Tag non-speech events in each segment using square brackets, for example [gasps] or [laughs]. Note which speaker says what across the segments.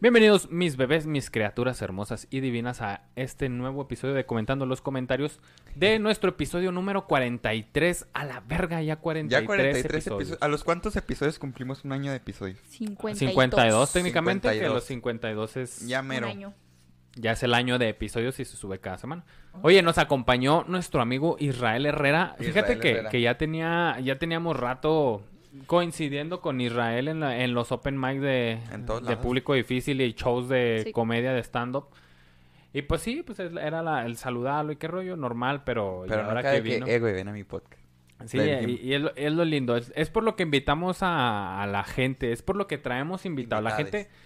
Speaker 1: Bienvenidos mis bebés, mis criaturas hermosas y divinas a este nuevo episodio de Comentando los Comentarios de nuestro episodio número 43. A la verga, ya 43,
Speaker 2: Ya 43 episodios.
Speaker 1: episodios.
Speaker 2: ¿A los cuántos episodios cumplimos un año de episodios?
Speaker 1: 52,
Speaker 3: 52.
Speaker 1: técnicamente, que
Speaker 2: 52.
Speaker 1: los 52 es
Speaker 2: Ya
Speaker 3: Un
Speaker 2: mero.
Speaker 3: año.
Speaker 1: ya es el año de episodios y se sube cada semana. Oye, nos acompañó nuestro amigo Israel Herrera. Fíjate
Speaker 2: Israel
Speaker 1: que,
Speaker 2: Herrera.
Speaker 1: que ya tenía ya teníamos rato coincidiendo con Israel en, la- en los open mic de,
Speaker 2: En todos
Speaker 1: de
Speaker 2: lados.
Speaker 1: público difícil y shows de
Speaker 3: Sí.
Speaker 1: comedia de stand up. Y pues sí, pues es- era la- el saludarlo y qué rollo normal, pero, ya
Speaker 2: Pero no
Speaker 1: ahora
Speaker 2: cabe
Speaker 1: que
Speaker 2: que,
Speaker 1: vino.
Speaker 2: eh, güey, ven a mi podcast.
Speaker 1: Sí,
Speaker 2: Le
Speaker 1: y,
Speaker 2: dijimos.
Speaker 1: y es, lo, es lo lindo. Es, es por lo que invitamos a, a la gente. Es por lo que traemos invitados. La
Speaker 2: Invitades.
Speaker 1: gente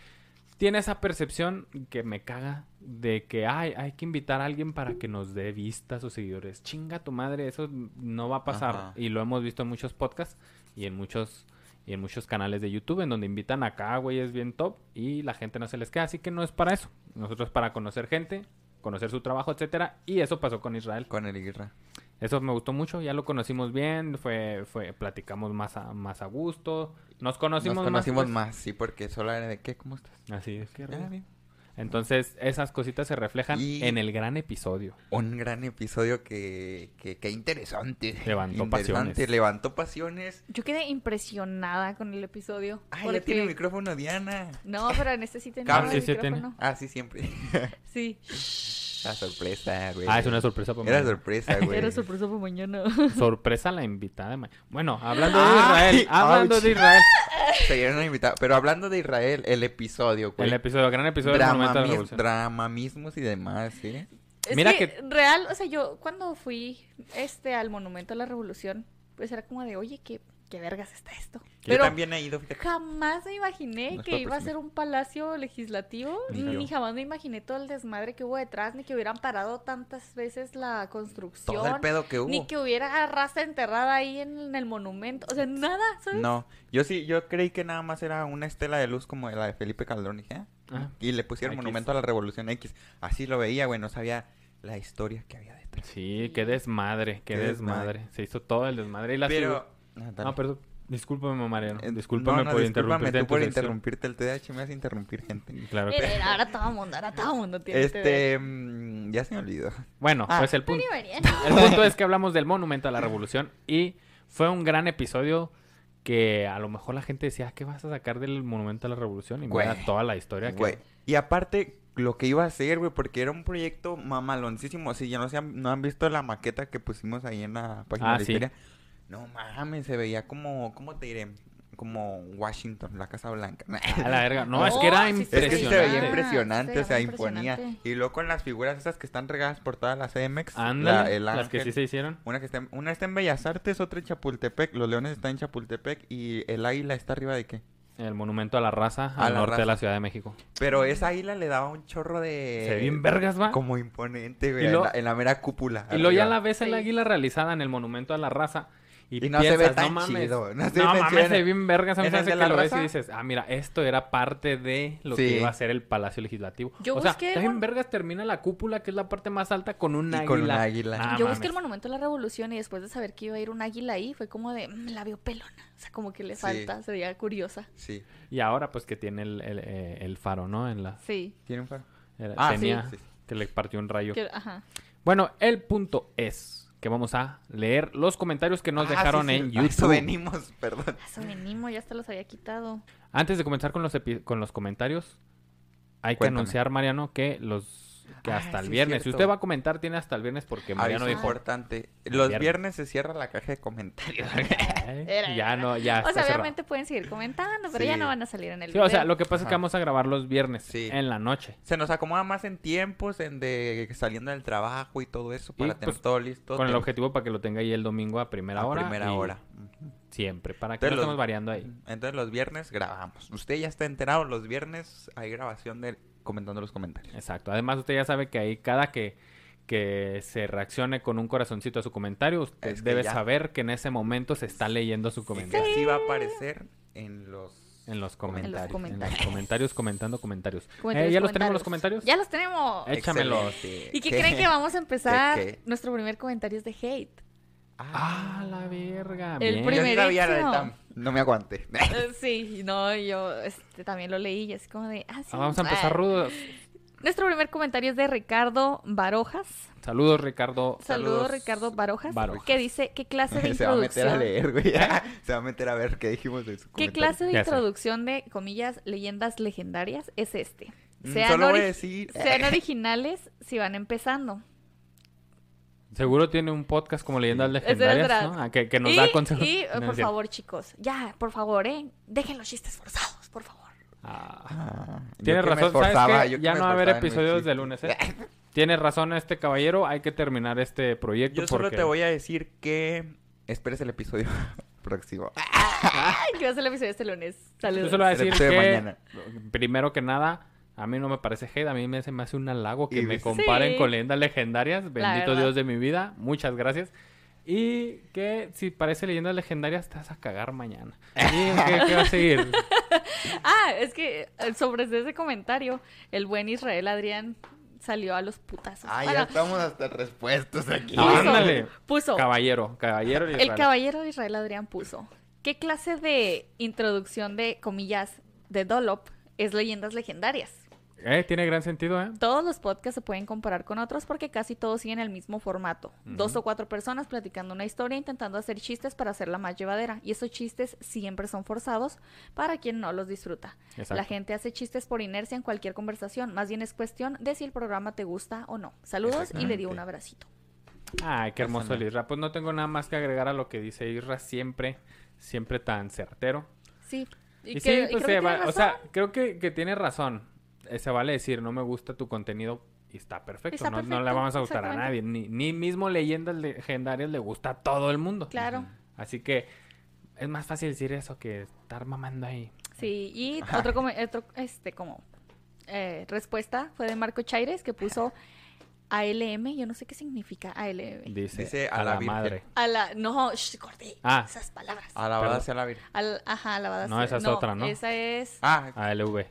Speaker 1: tiene esa percepción que me caga de que ay, hay que invitar a alguien para que nos dé vistas o seguidores. Chinga tu madre, eso no va a pasar.
Speaker 2: Ajá.
Speaker 1: Y lo hemos visto en muchos podcasts y en muchos y en muchos canales de YouTube en donde invitan acá, güey, es bien top y la gente no se les queda, así que no es para eso. Nosotros para conocer gente, conocer su trabajo, etcétera, y eso pasó con Israel.
Speaker 2: Con el Iguirra.
Speaker 1: Eso me gustó mucho, ya lo conocimos bien, fue, fue, platicamos más a, más a gusto, nos
Speaker 2: Nos
Speaker 1: conocimos,
Speaker 2: conocimos
Speaker 1: pues.
Speaker 2: más, sí, porque solo era de qué, ¿cómo estás?
Speaker 1: Así es.
Speaker 2: Ah, bien.
Speaker 1: Entonces, esas cositas se reflejan
Speaker 2: Y-
Speaker 1: en el gran episodio.
Speaker 2: Un gran episodio que, que, que interesante.
Speaker 1: Levantó
Speaker 2: Interesante,
Speaker 1: pasiones.
Speaker 2: Levantó pasiones.
Speaker 3: Yo quedé impresionada con el episodio.
Speaker 2: Ay, ya
Speaker 3: porque-
Speaker 2: tiene micrófono Diana.
Speaker 3: No, pero en este sí tenía
Speaker 2: Cable.
Speaker 3: el
Speaker 2: Sí,
Speaker 1: sí tiene.
Speaker 3: micrófono.
Speaker 2: Ah, sí, siempre. [laughs]
Speaker 3: Sí.
Speaker 2: La sorpresa, güey.
Speaker 1: Ah, es una sorpresa para
Speaker 2: Era
Speaker 1: mañana.
Speaker 2: sorpresa, güey.
Speaker 3: Era sorpresa para mañana.
Speaker 2: [laughs]
Speaker 1: Sorpresa la invitada. de ma- Bueno, hablando de
Speaker 2: Ay,
Speaker 1: Israel, hablando
Speaker 2: ouch.
Speaker 1: de Israel,
Speaker 2: Se dieron a invitar. Pero hablando de Israel, el episodio, güey.
Speaker 1: el episodio, gran episodio del Monumento de la
Speaker 2: Dramamismos
Speaker 1: Revolución.
Speaker 2: dramamismos y demás, ¿sí?
Speaker 3: Es
Speaker 1: Mira
Speaker 3: que,
Speaker 1: que-
Speaker 3: real, o sea, yo cuando fui este al Monumento a la Revolución, pues era como de, oye, qué, qué vergas está esto.
Speaker 2: Yo
Speaker 3: Pero
Speaker 2: también he ido, fíjate.
Speaker 3: jamás me imaginé
Speaker 2: No es
Speaker 3: que
Speaker 2: para
Speaker 3: iba a
Speaker 2: presumir.
Speaker 3: ser un palacio legislativo,
Speaker 2: Ni
Speaker 3: ni,
Speaker 2: yo.
Speaker 3: jamás me imaginé todo el desmadre que hubo detrás, ni que hubieran parado tantas veces la construcción.
Speaker 2: Todo el pedo que hubo.
Speaker 3: Ni que hubiera raza enterrada ahí en, en el monumento. O sea, nada, ¿sabes?
Speaker 2: No, yo sí, yo creí que nada más era una estela de luz como la de Felipe Calderón, dije, ah,
Speaker 1: Ah,
Speaker 2: y le pusieron
Speaker 1: X.
Speaker 2: monumento a la Revolución X. Así lo veía, güey, no sabía la historia que había detrás.
Speaker 1: sí, qué desmadre, qué,
Speaker 2: Qué
Speaker 1: desmadre.
Speaker 2: desmadre.
Speaker 1: Se hizo todo el desmadre. Y la
Speaker 2: Pero... Ah,
Speaker 1: figu-
Speaker 2: dale.
Speaker 1: No, perdón. Discúlpame, Mariano.
Speaker 2: Eh,
Speaker 1: Discúlpame
Speaker 2: no, no,
Speaker 1: por
Speaker 2: discúlpame
Speaker 1: interrumpirte.
Speaker 2: tú
Speaker 1: en tu
Speaker 2: por
Speaker 1: sección.
Speaker 2: interrumpirte el TDH, me hace interrumpir gente.
Speaker 1: Claro. que-
Speaker 3: Mira, mira, ahora todo mundo, ahora todo mundo tiene TDAH.
Speaker 2: Este, mm, ya se me olvidó.
Speaker 1: Bueno,
Speaker 2: Ah.
Speaker 1: pues el punto.
Speaker 3: Vení, vení.
Speaker 1: El punto es que hablamos del monumento a la revolución y fue un gran episodio que a lo mejor la gente decía, "Ah, ¿qué vas a sacar del monumento a la revolución? Y
Speaker 2: Güey.
Speaker 1: mira toda la historia que...
Speaker 2: Güey, Y aparte, lo que iba a hacer, güey, porque era un proyecto mamaloncísimo. Si ya no, se han, no han visto la maqueta que pusimos ahí en la página
Speaker 1: Ah,
Speaker 2: de
Speaker 1: sí.
Speaker 2: historia. No mames, se veía como, ¿cómo te diré? Como Washington, la Casa Blanca. [laughs]
Speaker 1: A la verga. No,
Speaker 3: No,
Speaker 1: es que era
Speaker 3: Oh, sí, sí,
Speaker 2: Es que sí se
Speaker 1: Ah, impresionante.
Speaker 2: veía impresionante,
Speaker 3: Ah, Se
Speaker 2: o sea,
Speaker 3: veía
Speaker 2: imponía.
Speaker 3: impresionante.
Speaker 2: Y luego con las figuras esas que están regadas por toda la CMX. la-
Speaker 1: Ándale,
Speaker 2: el
Speaker 1: las que
Speaker 2: ángel.
Speaker 1: sí se hicieron.
Speaker 2: Una, que está en, una está en Bellas Artes, otra en Chapultepec. Los leones están en Chapultepec y el águila está arriba de qué.
Speaker 1: El monumento a la raza
Speaker 2: A
Speaker 1: al
Speaker 2: la
Speaker 1: norte de
Speaker 2: raza.
Speaker 1: la Ciudad de México.
Speaker 2: Pero esa águila le daba un chorro de...
Speaker 1: se ve bien vergas, va.
Speaker 2: Como imponente,
Speaker 1: Y
Speaker 2: güey.
Speaker 1: lo-
Speaker 2: en, la, en la mera cúpula.
Speaker 1: Y luego ya
Speaker 2: arriba.
Speaker 1: la ves el
Speaker 3: Sí.
Speaker 1: águila realizada en el monumento a la raza. Y,
Speaker 2: Y no se ve
Speaker 1: piensas,
Speaker 2: tan
Speaker 1: no mames,
Speaker 2: chido,
Speaker 1: No,
Speaker 2: no se ve tan
Speaker 1: mames,
Speaker 2: chido en
Speaker 1: se ve
Speaker 2: el-
Speaker 1: bien vergas. A mí
Speaker 2: en
Speaker 1: se me
Speaker 2: el
Speaker 1: hace
Speaker 2: de
Speaker 1: que
Speaker 2: la
Speaker 1: lo ves y
Speaker 2: raza.
Speaker 1: dices, ah, mira, esto era parte de lo
Speaker 2: Sí.
Speaker 1: que iba a ser el Palacio Legislativo.
Speaker 3: Yo
Speaker 1: o sea,
Speaker 3: busqué
Speaker 1: está bien
Speaker 3: un-
Speaker 1: vergas termina la cúpula, que es la parte más alta, con un
Speaker 2: Y
Speaker 1: águila.
Speaker 2: con un águila.
Speaker 1: Ah,
Speaker 3: Yo
Speaker 1: mames.
Speaker 3: busqué el Monumento a la Revolución y después de saber que iba a ir un águila ahí, fue como de, "Mm, la veo pelona. O sea, como que le
Speaker 2: Sí.
Speaker 3: falta, se veía curiosa.
Speaker 1: Ah.
Speaker 2: Sí.
Speaker 1: Y ahora, pues, que tiene el, el, eh, el faro, ¿no? En la...
Speaker 3: Sí.
Speaker 2: ¿Tiene un faro?
Speaker 1: era-
Speaker 2: Ah, sí,
Speaker 1: tenía
Speaker 2: sí, sí.
Speaker 1: que le partió un rayo.
Speaker 3: Quiero- ajá.
Speaker 1: Bueno, el punto es que vamos a leer los comentarios que nos
Speaker 2: Ah,
Speaker 1: dejaron
Speaker 2: sí, sí,
Speaker 1: en
Speaker 2: a
Speaker 1: YouTube.
Speaker 2: Eso venimos, [laughs] perdón.
Speaker 3: A Eso venimos, ya hasta los había quitado.
Speaker 1: Antes de comenzar con los, epi- con los comentarios, hay que
Speaker 2: Cuéntame.
Speaker 1: anunciar, Mariano, que los que
Speaker 2: Ah,
Speaker 1: hasta el
Speaker 2: sí,
Speaker 1: viernes. Si
Speaker 2: cierto.
Speaker 1: usted va a comentar, tiene hasta el viernes porque Mariano
Speaker 2: Aviso
Speaker 1: dijo...
Speaker 2: importante. Los
Speaker 1: Viernes.
Speaker 2: viernes. se cierra la caja de
Speaker 1: [laughs]
Speaker 2: comentarios.
Speaker 1: "Ay, ya no, ya
Speaker 3: O
Speaker 1: está
Speaker 3: sea,
Speaker 1: cerrado".
Speaker 3: obviamente pueden seguir comentando, pero
Speaker 2: Sí.
Speaker 3: ya no van a salir en el
Speaker 1: Sí, o sea,
Speaker 3: video.
Speaker 1: lo que pasa es que
Speaker 2: Ajá.
Speaker 1: vamos a grabar los viernes
Speaker 2: Sí.
Speaker 1: en la noche.
Speaker 2: Se nos acomoda más en tiempos, en de saliendo del trabajo y todo eso, para tener
Speaker 1: pues,
Speaker 2: todo listo.
Speaker 1: Con el
Speaker 2: ten-
Speaker 1: objetivo para que lo tenga ahí el domingo a primera
Speaker 2: a
Speaker 1: hora.
Speaker 2: primera
Speaker 1: y
Speaker 2: hora.
Speaker 1: Siempre, para que no
Speaker 2: Entonces los-
Speaker 1: estemos variando ahí.
Speaker 2: Entonces los viernes grabamos. Usted ya está enterado, los viernes hay grabación de comentando los comentarios.
Speaker 1: Exacto. Además, usted ya sabe que ahí cada que, que se reaccione con un corazoncito a su comentario, usted
Speaker 2: Es que
Speaker 1: debe
Speaker 2: ya.
Speaker 1: saber que en ese momento se está leyendo su
Speaker 2: Y que
Speaker 1: comentario.
Speaker 2: así va a aparecer en los
Speaker 1: En los comentarios. En los comentarios,
Speaker 3: comentarios.
Speaker 1: comentando
Speaker 3: [laughs]
Speaker 1: comentarios.
Speaker 3: Comentarios,
Speaker 1: Eh, ¿Ya los tenemos los comentarios?
Speaker 3: comentarios.
Speaker 1: Eh,
Speaker 3: Ya los tenemos.
Speaker 1: Échamelos.
Speaker 2: Excelente.
Speaker 3: ¿Y qué creen que vamos a empezar?
Speaker 2: ¿Qué, qué?
Speaker 3: Nuestro primer comentario es de hate.
Speaker 1: Ah, la verga.
Speaker 3: El
Speaker 1: bien.
Speaker 3: primer-
Speaker 2: Yo sí sabía la del
Speaker 3: primerísimo.
Speaker 2: Tam. No me aguanté. [laughs]
Speaker 3: Eh, Sí, no, yo este, también lo leí y es como de... Ah, sí,
Speaker 1: Ah, vamos a
Speaker 3: ah.
Speaker 1: empezar rudos.
Speaker 3: Nuestro primer comentario es de Ricardo Barojas.
Speaker 1: Saludos, Ricardo.
Speaker 3: Saludos,
Speaker 2: Saludos,
Speaker 3: Ricardo Barojas,
Speaker 1: Barojas.
Speaker 3: que dice, ¿qué [laughs] clase de
Speaker 2: Se va a meter a
Speaker 3: introducción? ¿Eh?
Speaker 2: leer, güey. [laughs] Se va a meter a ver qué dijimos de su
Speaker 3: ¿Qué
Speaker 2: comentario.
Speaker 3: clase de
Speaker 1: Ya sé.
Speaker 3: introducción de, comillas, leyendas legendarias es este?
Speaker 2: Mm,
Speaker 3: Sean
Speaker 2: Solo voy a
Speaker 3: ori-
Speaker 2: decir...
Speaker 3: Sean originales si van empezando.
Speaker 1: Seguro tiene un podcast como Leyendas
Speaker 3: Es
Speaker 1: Legendarias,
Speaker 3: verdad.
Speaker 1: ¿no? Ah, que, que nos
Speaker 3: y,
Speaker 1: da consejos.
Speaker 3: y, eh,
Speaker 1: No, no es
Speaker 3: por
Speaker 1: cierto.
Speaker 3: favor, chicos, ya, por favor, ¿eh? Dejen los chistes forzados, por favor.
Speaker 1: Ah,
Speaker 2: Ah, yo
Speaker 1: Tienes
Speaker 2: que me
Speaker 1: razón,
Speaker 2: esforzaba,
Speaker 1: ¿sabes
Speaker 2: yo
Speaker 1: qué?
Speaker 2: que
Speaker 1: Ya
Speaker 2: me
Speaker 1: no va a haber
Speaker 2: esforzaba en mis
Speaker 1: episodios de
Speaker 2: chistes.
Speaker 1: lunes, ¿eh? Tienes razón este caballero, hay que terminar este proyecto
Speaker 2: Yo solo
Speaker 1: porque-
Speaker 2: te voy a decir que esperes el episodio [laughs] próximo.
Speaker 3: Ay, que va a ser el episodio este lunes.
Speaker 1: Yo
Speaker 3: Saludos.
Speaker 1: solo voy a
Speaker 2: El
Speaker 1: decir
Speaker 2: episodio
Speaker 1: que,
Speaker 2: de mañana.
Speaker 1: primero que nada, a mí no me parece hate, a mí me, se me hace un halago que
Speaker 2: Y
Speaker 1: me
Speaker 2: dices-
Speaker 1: comparen
Speaker 3: Sí.
Speaker 1: con leyendas legendarias. Bendito
Speaker 3: verdad.
Speaker 1: Dios de mi vida, muchas gracias. Y que si parece leyendas legendarias, te vas a cagar mañana. ¿Y qué, qué va a
Speaker 3: [laughs]
Speaker 1: seguir?
Speaker 3: Ah, es que eh, sobre ese comentario, el buen Israel Adrián salió a los putazos.
Speaker 2: Ah,
Speaker 3: Bueno,
Speaker 2: ya estamos hasta respuestos aquí.
Speaker 1: No,
Speaker 3: Puso.
Speaker 1: Ah, ándale.
Speaker 3: puso.
Speaker 1: Caballero, caballero. y
Speaker 3: El
Speaker 1: Israel.
Speaker 3: caballero de Israel Adrián puso. ¿Qué clase de introducción de comillas de Dolop es leyendas legendarias?
Speaker 1: Eh, tiene gran sentido, ¿eh?
Speaker 3: Todos los podcasts se pueden comparar con otros porque casi todos siguen el mismo formato. Dos o cuatro personas platicando una historia intentando hacer chistes para hacerla más llevadera. Y esos chistes siempre son forzados para quien no los disfruta.
Speaker 1: Exacto.
Speaker 3: La gente hace chistes por inercia en cualquier conversación. Más bien es cuestión de si el programa te gusta o no. Saludos y le di un
Speaker 2: Exactamente.
Speaker 3: abracito.
Speaker 1: Ay, qué hermoso el
Speaker 2: Pásame.
Speaker 1: Isra. Pues no tengo nada más que agregar a lo que dice Isra, siempre, siempre tan certero.
Speaker 3: Sí. Y,
Speaker 1: Y
Speaker 3: que-
Speaker 1: sí,
Speaker 3: y
Speaker 1: pues
Speaker 3: creo
Speaker 1: se
Speaker 3: que
Speaker 1: va-
Speaker 3: tiene
Speaker 1: o sea,
Speaker 3: razón.
Speaker 1: creo que, que tiene razón. Eh, se vale decir, no me gusta tu contenido y está perfecto.
Speaker 3: Está
Speaker 1: no, no le
Speaker 3: perfecto,
Speaker 1: vamos a gustar a nadie.
Speaker 3: exactamente.
Speaker 1: Ni, ni mismo leyendas legendarias le gusta a todo el mundo.
Speaker 3: Claro.
Speaker 1: Así que es más fácil decir eso que estar mamando ahí.
Speaker 3: Sí, y otro, como, otro, este, como eh, respuesta fue de Marco Chaires que puso ALM, yo no sé qué significa ALM.
Speaker 1: Dice,
Speaker 2: Dice,
Speaker 1: a,
Speaker 2: "A la
Speaker 1: la,
Speaker 2: Virgen".
Speaker 1: madre.
Speaker 3: A la, no, shh, corté
Speaker 1: Ah.
Speaker 3: esas palabras.
Speaker 2: Alabada
Speaker 1: Perdón.
Speaker 2: sea la Virgen.
Speaker 3: Al- ajá, alabada
Speaker 1: No,
Speaker 3: sea-
Speaker 1: esa es otra, ¿no?
Speaker 3: Esa es, [laughs]
Speaker 2: Ah,
Speaker 1: ALV.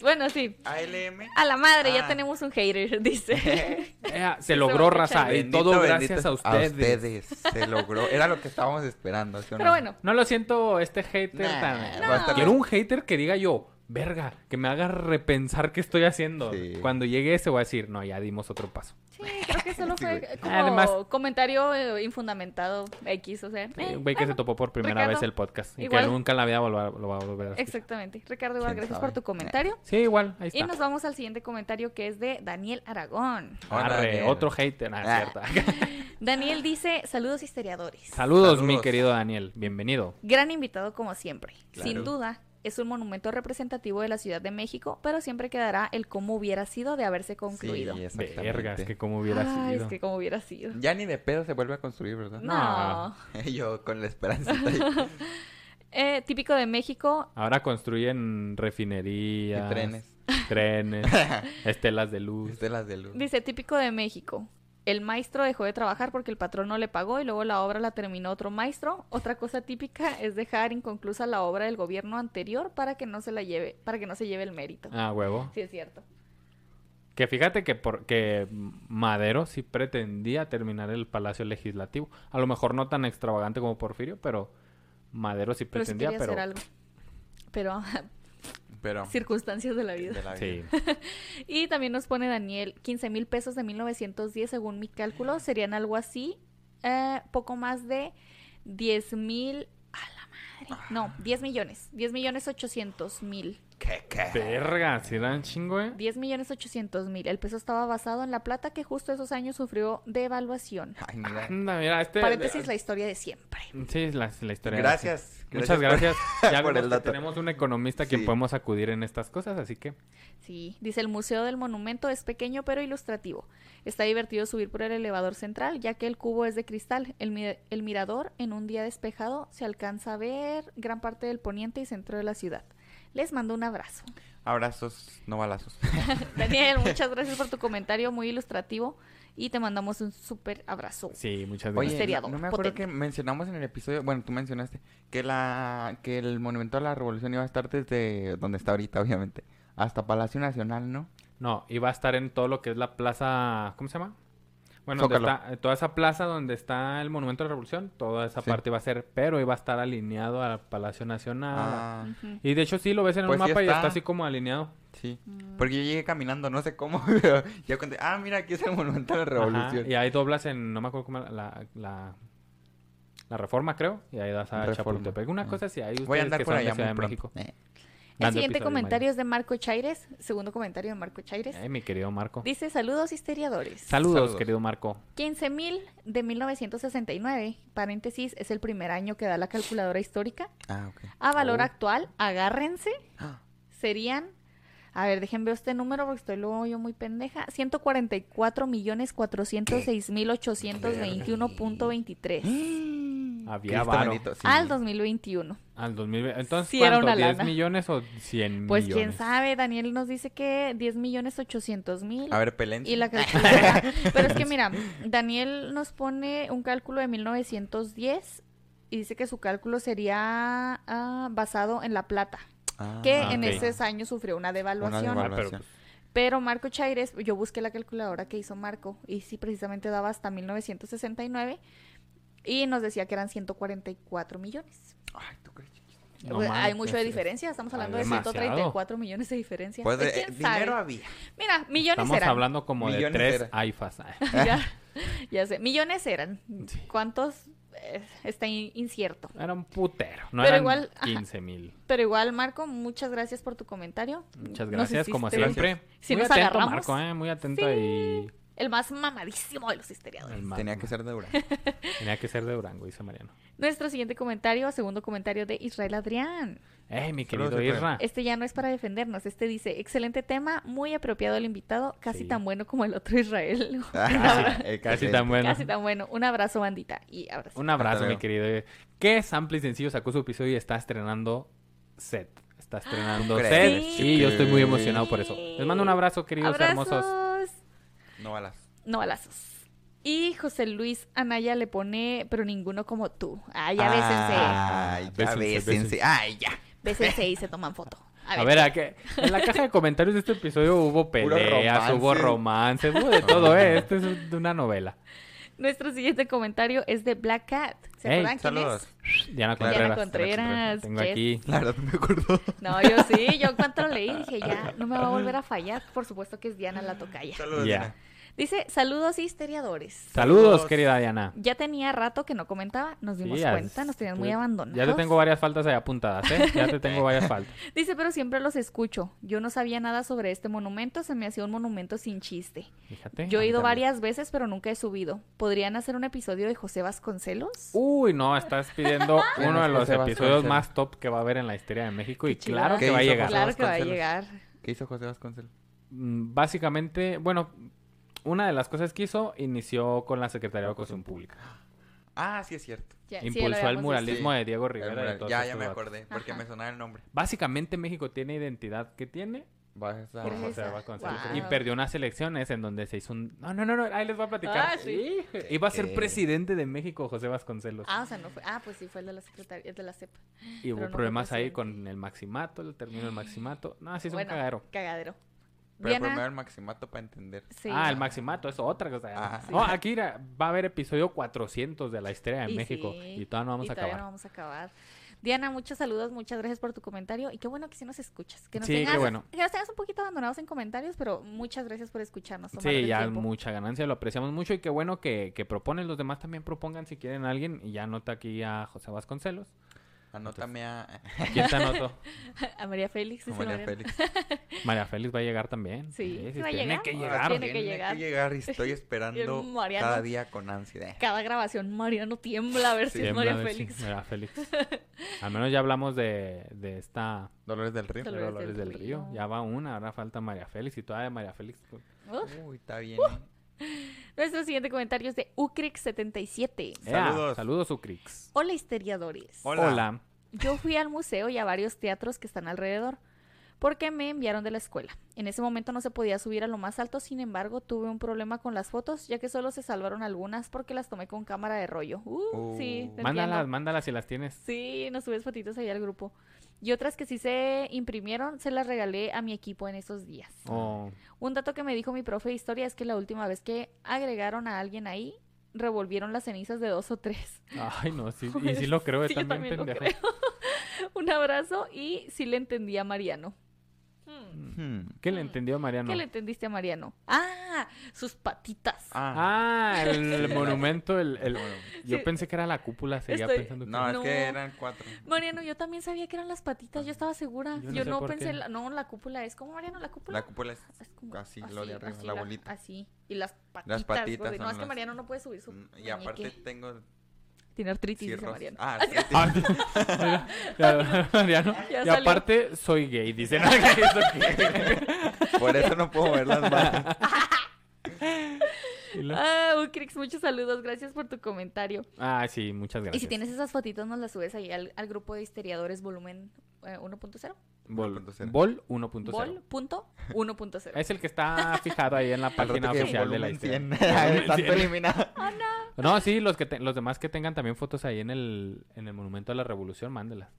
Speaker 3: bueno, sí,
Speaker 2: ALM.
Speaker 3: a la madre, ya
Speaker 2: Ah.
Speaker 3: tenemos un hater,
Speaker 1: [laughs]
Speaker 3: [laughs] dice.
Speaker 1: Eh, se logró
Speaker 3: Marco
Speaker 1: raza y
Speaker 2: Bendito,
Speaker 1: todo
Speaker 2: bendito
Speaker 1: gracias a ustedes.
Speaker 2: Se logró. Era lo que estábamos esperando, ¿sí o no?
Speaker 3: Pero bueno,
Speaker 1: No lo siento, este hater
Speaker 2: Nah,
Speaker 1: tan...
Speaker 2: va a estar-
Speaker 1: Quiero un hater que diga yo, verga, que me haga repensar qué estoy haciendo.
Speaker 2: Sí.
Speaker 1: Cuando llegue ese voy a decir, no, ya dimos otro paso.
Speaker 3: sí, creo que solo
Speaker 2: Sí,
Speaker 3: fue
Speaker 2: güey.
Speaker 3: como
Speaker 1: Ah, Además-
Speaker 3: comentario eh, infundamentado X, o sea. eh,
Speaker 1: Un güey que se
Speaker 3: bueno,
Speaker 1: topó por primera
Speaker 3: Ricardo,
Speaker 1: vez el podcast. Y
Speaker 3: igual.
Speaker 1: que nunca en la vida volva- lo va a volver a escuchar.
Speaker 3: Exactamente. Ricardo, igual,
Speaker 2: ¿Quién
Speaker 3: gracias
Speaker 2: sabe?
Speaker 3: por tu comentario.
Speaker 1: Sí, igual, Eh, ahí
Speaker 3: Y
Speaker 1: está.
Speaker 3: nos vamos al siguiente comentario que es de Daniel Aragón.
Speaker 2: Hola,
Speaker 1: Arre,
Speaker 2: Daniel.
Speaker 1: otro hater, ah,
Speaker 2: Ah.
Speaker 1: cierto. [laughs] Ah.
Speaker 3: Daniel dice, saludos historiadores.
Speaker 1: Saludos, mi
Speaker 2: Saludos.
Speaker 1: querido Daniel, bienvenido.
Speaker 3: Gran invitado como siempre.
Speaker 2: Claro.
Speaker 3: Sin duda, es un monumento representativo de la Ciudad de México, pero siempre quedará el cómo hubiera sido de haberse concluido.
Speaker 2: Sí, exactamente.
Speaker 1: Verga, es que como hubiera
Speaker 3: Ay,
Speaker 1: sido.
Speaker 3: es que como hubiera sido.
Speaker 2: Ya ni de pedo se vuelve a construir, ¿verdad?
Speaker 3: No.
Speaker 1: No.
Speaker 2: [laughs] Yo con la esperanza. ahí.
Speaker 3: Eh, típico de México.
Speaker 1: Ahora construyen [laughs] refinerías.
Speaker 2: Y trenes. [laughs] Este-
Speaker 1: trenes, estelas de luz.
Speaker 2: Estelas de luz.
Speaker 3: Dice, típico de México. El maestro dejó de trabajar porque el patrón no le pagó y luego la obra la terminó otro maestro. Otra cosa típica es dejar inconclusa la obra del gobierno anterior para que no se la lleve, para que no se lleve el mérito.
Speaker 1: Ah, huevo.
Speaker 3: Sí es cierto.
Speaker 1: Que fíjate que, por, que Madero sí pretendía terminar el Palacio Legislativo. A lo mejor no tan extravagante como Porfirio, pero Madero sí
Speaker 3: Pero sí
Speaker 1: pretendía,
Speaker 3: quería
Speaker 1: pero...
Speaker 3: hacer algo. Pero ajá,
Speaker 2: Pero.
Speaker 3: [laughs] circunstancias de la vida.
Speaker 2: de la
Speaker 1: Sí.
Speaker 2: vida.
Speaker 3: Y también nos pone Daniel, 15 mil pesos de 1910, según mi cálculo, serían algo así, eh, poco más de 10 mil... A
Speaker 1: Ah.
Speaker 3: la madre. No, 10 millones. 10 millones 800 mil.
Speaker 2: ¿Qué, qué?
Speaker 1: Verga, si dan chingo, eh.
Speaker 3: 10 millones 800 mil. El peso estaba basado en la plata que justo esos años sufrió devaluación.
Speaker 2: Ay, mira.
Speaker 1: Anda, mira, este...
Speaker 3: Paréntesis, la historia de siempre.
Speaker 1: Sí, es la, la historia.
Speaker 2: Gracias.
Speaker 1: Muchas gracias. Ya
Speaker 2: [laughs]
Speaker 1: vemos
Speaker 2: por el
Speaker 1: que
Speaker 2: dato.
Speaker 1: tenemos un economista a quien
Speaker 2: Sí.
Speaker 1: podemos acudir en estas cosas, así que...
Speaker 3: Sí, dice el Museo del Monumento es pequeño pero ilustrativo. Está divertido subir por el elevador central, ya que el cubo es de cristal. El, mi- el mirador, en un día despejado, se alcanza a ver gran parte del poniente y centro de la ciudad. Les mando un abrazo.
Speaker 2: Abrazos, no balazos.
Speaker 3: Daniel, muchas gracias por tu comentario muy ilustrativo y te mandamos un súper abrazo.
Speaker 1: Sí, muchas gracias.
Speaker 2: Oye,
Speaker 3: Misteriado,
Speaker 2: no, no me acuerdo
Speaker 3: potente.
Speaker 2: que mencionamos en el episodio, bueno, tú mencionaste que la que el monumento a la revolución iba a estar desde donde está ahorita, [laughs] obviamente, hasta Palacio Nacional, ¿no?
Speaker 1: No, iba a estar en todo lo que es la plaza... ¿Cómo se llama? Bueno, donde
Speaker 2: Zócalo.
Speaker 1: está- eh, toda esa plaza donde está el Monumento de la Revolución, toda esa
Speaker 2: Sí.
Speaker 1: parte iba a ser, pero iba a estar alineado al Palacio Nacional.
Speaker 2: Ah,
Speaker 3: Ujú.
Speaker 1: Y de hecho sí lo ves en
Speaker 2: Pues
Speaker 1: un
Speaker 2: sí
Speaker 1: mapa y
Speaker 2: está.
Speaker 1: está así como alineado.
Speaker 2: sí.
Speaker 3: Mm.
Speaker 2: Porque yo llegué caminando, no sé cómo. [laughs] pero ya conté, ah, mira, aquí es el monumento de la
Speaker 1: Ajá,
Speaker 2: revolución.
Speaker 1: y ahí doblas en, no me acuerdo cómo era, la, la, la Reforma, creo. Y ahí das a
Speaker 2: Reforma.
Speaker 1: Chapultepec. Una
Speaker 2: Ah.
Speaker 1: cosa así. Ahí
Speaker 2: Voy
Speaker 1: ustedes
Speaker 2: a andar
Speaker 1: que
Speaker 2: por
Speaker 1: son de
Speaker 2: allá
Speaker 1: Ciudad
Speaker 2: muy
Speaker 1: de
Speaker 2: pronto.
Speaker 1: México. pues,
Speaker 2: Eh,
Speaker 3: El
Speaker 1: Dando
Speaker 3: siguiente
Speaker 1: episodio, Mario.
Speaker 3: comentario es de Marco Chaires, segundo comentario de Marco Chaires.
Speaker 1: Ay, mi querido Marco.
Speaker 3: Dice, saludos historiadores.
Speaker 1: Saludos,
Speaker 2: Saludos.
Speaker 1: querido Marco.
Speaker 3: 15.000 de 1969, paréntesis, es el primer año que da la calculadora histórica.
Speaker 2: Ah,
Speaker 1: [gasps]
Speaker 2: ok.
Speaker 3: A valor
Speaker 1: Oh.
Speaker 3: actual, agárrense,
Speaker 2: Ah,
Speaker 3: serían, a ver, déjenme ver este número porque estoy luego yo muy pendeja,
Speaker 1: Mm,
Speaker 3: 144.406.821.23
Speaker 1: ¿Eh? Había
Speaker 2: Cristo
Speaker 1: varo.
Speaker 2: bendito, sí.
Speaker 3: al 2021.
Speaker 1: Al 2020. Entonces,
Speaker 3: Sí, era
Speaker 1: ¿cuánto?
Speaker 3: una
Speaker 1: ¿10
Speaker 3: lana.
Speaker 1: millones o 100
Speaker 3: Pues
Speaker 1: millones?
Speaker 3: quién sabe, Daniel nos dice que 10.800.000.
Speaker 2: A ver, Pelén.
Speaker 3: Y la calculadora. Pero es que mira, Daniel nos pone un cálculo de 1910 y dice que su cálculo sería ah, basado en la plata,
Speaker 2: Ah,
Speaker 3: que
Speaker 1: Ah,
Speaker 3: en
Speaker 1: ok.
Speaker 3: esos años sufrió una devaluación.
Speaker 2: Una
Speaker 1: Ah, pero
Speaker 2: Evaluación.
Speaker 1: pues,
Speaker 3: Pero Marco Chaires, yo busqué la calculadora que hizo Marco y sí, precisamente daba hasta 1969 y nos decía que eran 144 millones.
Speaker 2: Ay, ¿tú crees, chiquito?
Speaker 1: no
Speaker 3: O
Speaker 1: mames,
Speaker 3: sea, Pues, Hay mucho de
Speaker 1: es-
Speaker 3: diferencia, estamos
Speaker 1: hay
Speaker 3: hablando de
Speaker 1: demasiado.
Speaker 3: 134 millones de diferencia.
Speaker 2: Pues
Speaker 3: Ay,
Speaker 2: eh,
Speaker 3: ¿quién sabe?
Speaker 2: dinero había.
Speaker 3: Mira, millones
Speaker 1: Estamos
Speaker 3: eran.
Speaker 1: hablando como de
Speaker 2: Millones
Speaker 1: tres
Speaker 2: era.
Speaker 1: AIFAs. Ah,
Speaker 3: [laughs]
Speaker 1: [laughs]
Speaker 3: ya, ya sé. Millones eran.
Speaker 1: Sí.
Speaker 3: ¿Cuántos? Eh, está in- incierto.
Speaker 1: Era un putero. No
Speaker 3: Pero
Speaker 1: eran
Speaker 3: igual, ah, ajá.
Speaker 1: 15 mil.
Speaker 3: Pero igual, Marco, muchas gracias por tu comentario.
Speaker 1: Muchas
Speaker 3: Nos
Speaker 1: gracias, como
Speaker 3: hiciste
Speaker 1: siempre.
Speaker 3: Si
Speaker 1: muy
Speaker 3: nos
Speaker 1: atento,
Speaker 3: agarramos.
Speaker 1: Marco, ¿eh? muy atento
Speaker 3: Sí.
Speaker 1: y
Speaker 3: El más mamadísimo de los historiadores.
Speaker 1: El ma-
Speaker 2: Tenía que ser
Speaker 1: [laughs]
Speaker 2: de Durango.
Speaker 1: tenía que ser de Durango, dice Mariano.
Speaker 3: Nuestro siguiente comentario, segundo comentario de Israel Adrián.
Speaker 1: ¡Ey, mi
Speaker 2: Saludos,
Speaker 1: querido
Speaker 2: Efraín.
Speaker 1: Irra!
Speaker 3: Este ya no es para defendernos. Este dice, excelente tema, muy apropiado al invitado, casi
Speaker 1: Sí.
Speaker 3: tan bueno como el otro Israel. [laughs]
Speaker 2: Ah, eh,
Speaker 1: Casi
Speaker 2: casi.
Speaker 1: tan bueno.
Speaker 3: Casi tan bueno. Un abrazo, bandita. Y abrazo.
Speaker 1: Un abrazo,
Speaker 2: Hasta
Speaker 1: mi
Speaker 2: luego.
Speaker 1: querido. Irra. ¿Qué sample y sencillo sacó su episodio y está estrenando set? Está estrenando
Speaker 2: ¿Cómo
Speaker 1: set.
Speaker 2: crees,
Speaker 1: Y
Speaker 2: Sí.
Speaker 1: yo estoy muy emocionado por eso. Les mando un abrazo, queridos hermosos.
Speaker 3: Abrazos.
Speaker 2: No balas.
Speaker 3: No balazos. Y José Luis Anaya le pone, pero ninguno como tú. Ay, ya
Speaker 1: Ah.
Speaker 2: Ay, ya
Speaker 1: Bésense,
Speaker 2: bésense.
Speaker 1: bésense.
Speaker 2: Ay, ya.
Speaker 3: bésense. Bésense y se toman foto.
Speaker 1: A ver, ¿a qué? en la caja de comentarios de este episodio hubo
Speaker 2: Puro
Speaker 1: peleas, hubo romances, hubo de todo,
Speaker 2: [laughs]
Speaker 1: ¿eh? Esto es de una novela.
Speaker 3: Nuestro siguiente comentario es de Black Cat. ¿Se
Speaker 1: Ey,
Speaker 3: acuerdan quién
Speaker 2: Saludos.
Speaker 3: es?
Speaker 1: Diana
Speaker 2: Diana
Speaker 1: Contreras.
Speaker 3: Contreras,
Speaker 1: Tengo
Speaker 3: yes.
Speaker 1: aquí.
Speaker 2: La verdad no me [laughs] acuerdo.
Speaker 3: No, yo sí, yo en cuanto lo leí dije, ya, no me va a volver a fallar. Por supuesto que es Diana la tocaya.
Speaker 2: Saludos.
Speaker 1: Ya.
Speaker 2: Diana.
Speaker 3: Dice, saludos historiadores.
Speaker 1: Saludos,
Speaker 2: Saludos.
Speaker 1: querida Diana.
Speaker 3: Ya tenía rato que no comentaba, nos dimos
Speaker 1: Sí, ya-
Speaker 3: cuenta, nos tenían muy
Speaker 1: tú-
Speaker 3: abandonados.
Speaker 1: Ya te tengo varias faltas ahí apuntadas, ¿eh? Ya te tengo varias faltas.
Speaker 3: [laughs] Dice, pero siempre los escucho. Yo no sabía nada sobre este monumento, se me hacía un monumento sin chiste.
Speaker 1: Fíjate.
Speaker 3: Yo he ido
Speaker 2: también.
Speaker 3: varias veces, pero nunca he subido. ¿Podrían hacer un episodio de José Vasconcelos?
Speaker 1: Uy, no, estás
Speaker 3: [laughs]
Speaker 1: pidiendo uno
Speaker 2: no
Speaker 1: de
Speaker 2: sé
Speaker 1: los
Speaker 2: si vas a
Speaker 1: episodios
Speaker 2: conocer.
Speaker 1: más top que va a haber en la historia de México y
Speaker 3: Qué chido,
Speaker 1: claro
Speaker 3: ¿eh?
Speaker 1: que
Speaker 2: ¿Qué
Speaker 1: va a
Speaker 2: hizo
Speaker 1: llegar.
Speaker 2: José?
Speaker 3: claro que va a
Speaker 2: Vasconcelos.
Speaker 3: llegar.
Speaker 2: ¿Qué hizo José Vasconcelos?
Speaker 1: Mm, Básicamente, bueno, una de las cosas que hizo, inició con la Secretaría de Educación Pública.
Speaker 2: Ah, sí es cierto.
Speaker 3: Ya, sí, ya lo
Speaker 1: Impulsó al
Speaker 3: habíamos
Speaker 1: muralismo
Speaker 2: visto.
Speaker 1: de Diego
Speaker 2: El
Speaker 1: Rivera. y
Speaker 2: mural.
Speaker 1: todos
Speaker 2: Ya, ya
Speaker 1: estos
Speaker 2: me
Speaker 1: vatos.
Speaker 2: acordé, porque
Speaker 3: Ajá.
Speaker 2: me sonaba el nombre.
Speaker 1: Básicamente México tiene identidad que tiene
Speaker 2: Vas a...
Speaker 1: por
Speaker 3: Gracias.
Speaker 1: José
Speaker 3: esa.
Speaker 1: Vasconcelos.
Speaker 3: Wow.
Speaker 1: Y perdió unas elecciones en donde se hizo un... No, no, no, no, ahí les voy a platicar.
Speaker 3: Ah, sí.
Speaker 1: Iba a ser
Speaker 2: Ok.
Speaker 1: presidente de México José Vasconcelos.
Speaker 3: Ah, o sea, no fue. Ah, pues sí, fue el de la secretaria, el de la CEP.
Speaker 1: Y hubo
Speaker 3: Pero no fue
Speaker 1: problemas ahí
Speaker 3: presidente.
Speaker 1: con el maximato, el término del maximato. No, sí es
Speaker 3: Bueno,
Speaker 1: un cagadero.
Speaker 3: Cagadero.
Speaker 2: Pero
Speaker 3: Diana-
Speaker 2: primero el maximato para entender.
Speaker 3: Sí.
Speaker 1: Ah, el maximato, es otra cosa.
Speaker 2: Ah.
Speaker 1: No, aquí era- va a haber episodio 400 de la historia de
Speaker 3: Y
Speaker 1: México
Speaker 3: sí.
Speaker 1: y todavía no vamos
Speaker 3: Y
Speaker 1: a
Speaker 3: todavía
Speaker 1: acabar.
Speaker 3: no vamos a acabar. Diana, muchos saludos, muchas gracias por tu comentario y qué bueno que sí nos escuchas. Que nos,
Speaker 1: Sí, qué
Speaker 3: tengas,
Speaker 1: bueno.
Speaker 3: que nos tengas un poquito abandonados en comentarios, pero muchas gracias por escucharnos. tomarte
Speaker 1: Sí,
Speaker 3: el
Speaker 1: ya es
Speaker 3: tiempo.
Speaker 1: mucha ganancia, lo apreciamos mucho y qué bueno que, que proponen. Los demás también propongan si quieren a alguien. Y ya anota aquí a José Vasconcelos.
Speaker 2: Anótame a,
Speaker 1: ¿Quién te
Speaker 3: [laughs]
Speaker 1: anotó?
Speaker 3: [laughs] A María Félix.
Speaker 2: a
Speaker 3: dice
Speaker 2: María
Speaker 3: Mariana. [laughs]
Speaker 2: Félix.
Speaker 1: María Félix va a llegar también.
Speaker 3: Sí, sí va a
Speaker 1: tiene
Speaker 3: llegar.
Speaker 1: que
Speaker 3: Ah,
Speaker 1: llegar.
Speaker 3: tiene que llegar.
Speaker 2: y estoy
Speaker 3: [laughs]
Speaker 2: esperando
Speaker 3: El Mariano.
Speaker 2: cada día con ansiedad.
Speaker 3: Cada grabación Mariano tiembla a ver si
Speaker 1: Sí,
Speaker 3: es María
Speaker 1: María
Speaker 3: Félix.
Speaker 1: sí, María
Speaker 3: [laughs]
Speaker 1: Félix. Al menos ya hablamos de, de esta
Speaker 2: Dolores del Río.
Speaker 1: de
Speaker 3: Dolores
Speaker 1: Dolores,
Speaker 3: del
Speaker 1: del Río.
Speaker 3: Río.
Speaker 1: Ya va una, ahora falta María Félix y todavía María Félix.
Speaker 3: Uf.
Speaker 2: Uy, está bien.
Speaker 3: Uh.
Speaker 2: ¿eh?
Speaker 3: Nuestro siguiente comentario es de Ucrix77.
Speaker 1: Ea,
Speaker 2: Saludos.
Speaker 1: Saludos, Ucrix.
Speaker 3: Hola, historiadores.
Speaker 2: Hola.
Speaker 3: Yo fui al museo y a varios teatros que están alrededor porque me enviaron de la escuela. En ese momento no se podía subir a lo más alto, sin embargo, tuve un problema con las fotos, ya que solo se salvaron algunas porque las tomé con cámara de rollo. Uh,
Speaker 2: Uh.
Speaker 3: sí, te entiendo.
Speaker 1: Mándalas, mándalas si las tienes.
Speaker 3: Sí, nos subes fotitos ahí al grupo. Y otras que sí se imprimieron, se las regalé a mi equipo en esos días.
Speaker 1: Oh,
Speaker 3: Un dato que me dijo mi profe de historia es que la última vez que agregaron a alguien ahí, revolvieron las cenizas de dos o tres.
Speaker 1: Ay, no, sí, y sí lo creo, eh,
Speaker 3: Sí, yo
Speaker 1: también,
Speaker 3: también lo
Speaker 1: pendejo.
Speaker 3: creo. [laughs] Un abrazo y sí le entendí a Mariano. Hmm.
Speaker 2: Hmm.
Speaker 1: ¿Qué le entendió a Mariano?
Speaker 3: ¿Qué le entendiste a Mariano? Ah, sus patitas.
Speaker 2: Ah,
Speaker 1: Ah, el monumento, el, el- Yo
Speaker 3: Sí.
Speaker 1: pensé que era la cúpula, seguía
Speaker 3: Estoy-
Speaker 1: pensando que...
Speaker 2: no, es
Speaker 3: no.
Speaker 2: que eran cuatro.
Speaker 3: Mariano, yo también sabía que eran las patitas, yo estaba segura.
Speaker 1: Yo
Speaker 3: Yo
Speaker 1: no
Speaker 3: no,
Speaker 1: sé por
Speaker 3: pensé,
Speaker 1: qué.
Speaker 3: en la- no, la cúpula es como Mariano, la cúpula.
Speaker 2: La cúpula es...
Speaker 3: Es como
Speaker 2: así, lo de arriba, la bolita.
Speaker 3: Así. Y las patitas.
Speaker 2: patitas
Speaker 3: güey. No,
Speaker 2: son
Speaker 3: es que
Speaker 2: las- Mm,
Speaker 3: Mariano no puede subir su.
Speaker 2: Y aparte
Speaker 3: muñeque.
Speaker 2: tengo
Speaker 3: Tiene artritis, dice
Speaker 2: cierros.
Speaker 3: Mariano. [laughs]
Speaker 2: Ah,
Speaker 1: Ah, ya, Mariano,
Speaker 3: Ya
Speaker 1: y
Speaker 3: salió.
Speaker 1: aparte, soy gay, dice. "No, ¿qué es eso
Speaker 2: sí, por eso no puedo ver las [laughs] manos.
Speaker 1: qué?" Y lo-
Speaker 3: Ah, Ucrix, muchos saludos. Gracias por tu comentario.
Speaker 1: Ah, sí, muchas gracias.
Speaker 3: Y si tienes esas fotitos, nos las subes ahí al, al grupo de histeriadores volumen eh, 1.0.
Speaker 1: Vol
Speaker 2: 1.0.
Speaker 1: Vol 1.0.
Speaker 3: Vol
Speaker 1: [laughs]
Speaker 3: punto 1.0.
Speaker 1: Es el que está fijado ahí en la
Speaker 2: Al
Speaker 1: página
Speaker 2: rato que
Speaker 1: oficial de la
Speaker 2: volumen
Speaker 1: historia.
Speaker 2: [laughs] 100. Tanto eliminado.
Speaker 1: No, sí, los que te- los demás que tengan también fotos ahí en el, en el Monumento a la Revolución, mándelas.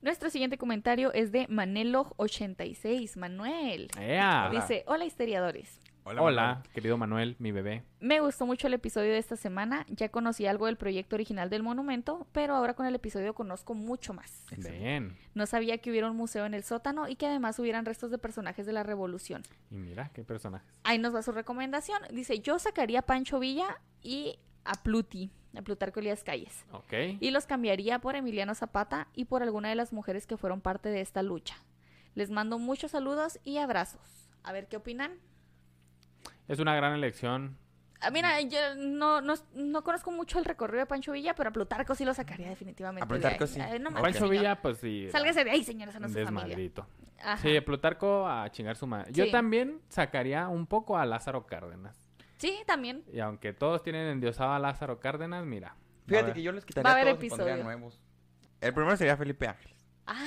Speaker 3: Nuestro siguiente comentario es de Manelo86. Manuel.
Speaker 1: ¡Ea!
Speaker 2: Hola.
Speaker 3: Dice, hola histeriadores.
Speaker 1: Hola,
Speaker 2: Manuel.
Speaker 1: querido Manuel, mi bebé.
Speaker 3: Me gustó mucho el episodio de esta semana. Ya conocí algo del proyecto original del monumento, pero ahora con el episodio conozco mucho más.
Speaker 1: Bien.
Speaker 3: No sabía que hubiera un museo en el sótano y que además hubieran restos de personajes de la revolución.
Speaker 1: Y mira, qué personajes.
Speaker 3: Ahí nos va su recomendación. Dice, yo sacaría a Pancho Villa y a Pluti, a Plutarco Elías Calles.
Speaker 1: Ok.
Speaker 3: Y los cambiaría por Emiliano Zapata y por alguna de las mujeres que fueron parte de esta lucha. Les mando muchos saludos y abrazos. A ver qué opinan.
Speaker 1: Es una gran elección.
Speaker 3: Ah, mira, yo no, no, no conozco mucho el recorrido de Pancho Villa, pero a Plutarco sí lo sacaría definitivamente.
Speaker 2: A Plutarco
Speaker 3: de ahí.
Speaker 2: sí.
Speaker 3: Ay, eh, no
Speaker 2: A
Speaker 3: mames,
Speaker 1: Pancho
Speaker 3: señor.
Speaker 1: Villa, pues sí.
Speaker 3: Sálgase de ahí, señores, a nuestra familia.
Speaker 1: Desmadrito.
Speaker 3: Ajá.
Speaker 1: Sí, Plutarco a chingar su madre. Yo
Speaker 3: Sí.
Speaker 1: también sacaría un poco a Lázaro Cárdenas.
Speaker 3: Sí, también.
Speaker 1: Y aunque todos tienen endiosado a Lázaro Cárdenas, mira. A
Speaker 2: Fíjate
Speaker 1: ver,
Speaker 2: que yo les
Speaker 3: Va a
Speaker 2: quitaría
Speaker 3: haber
Speaker 2: todos y pondría
Speaker 3: episodio.
Speaker 2: nuevos. El primero sería Felipe Ángeles.
Speaker 3: Ah,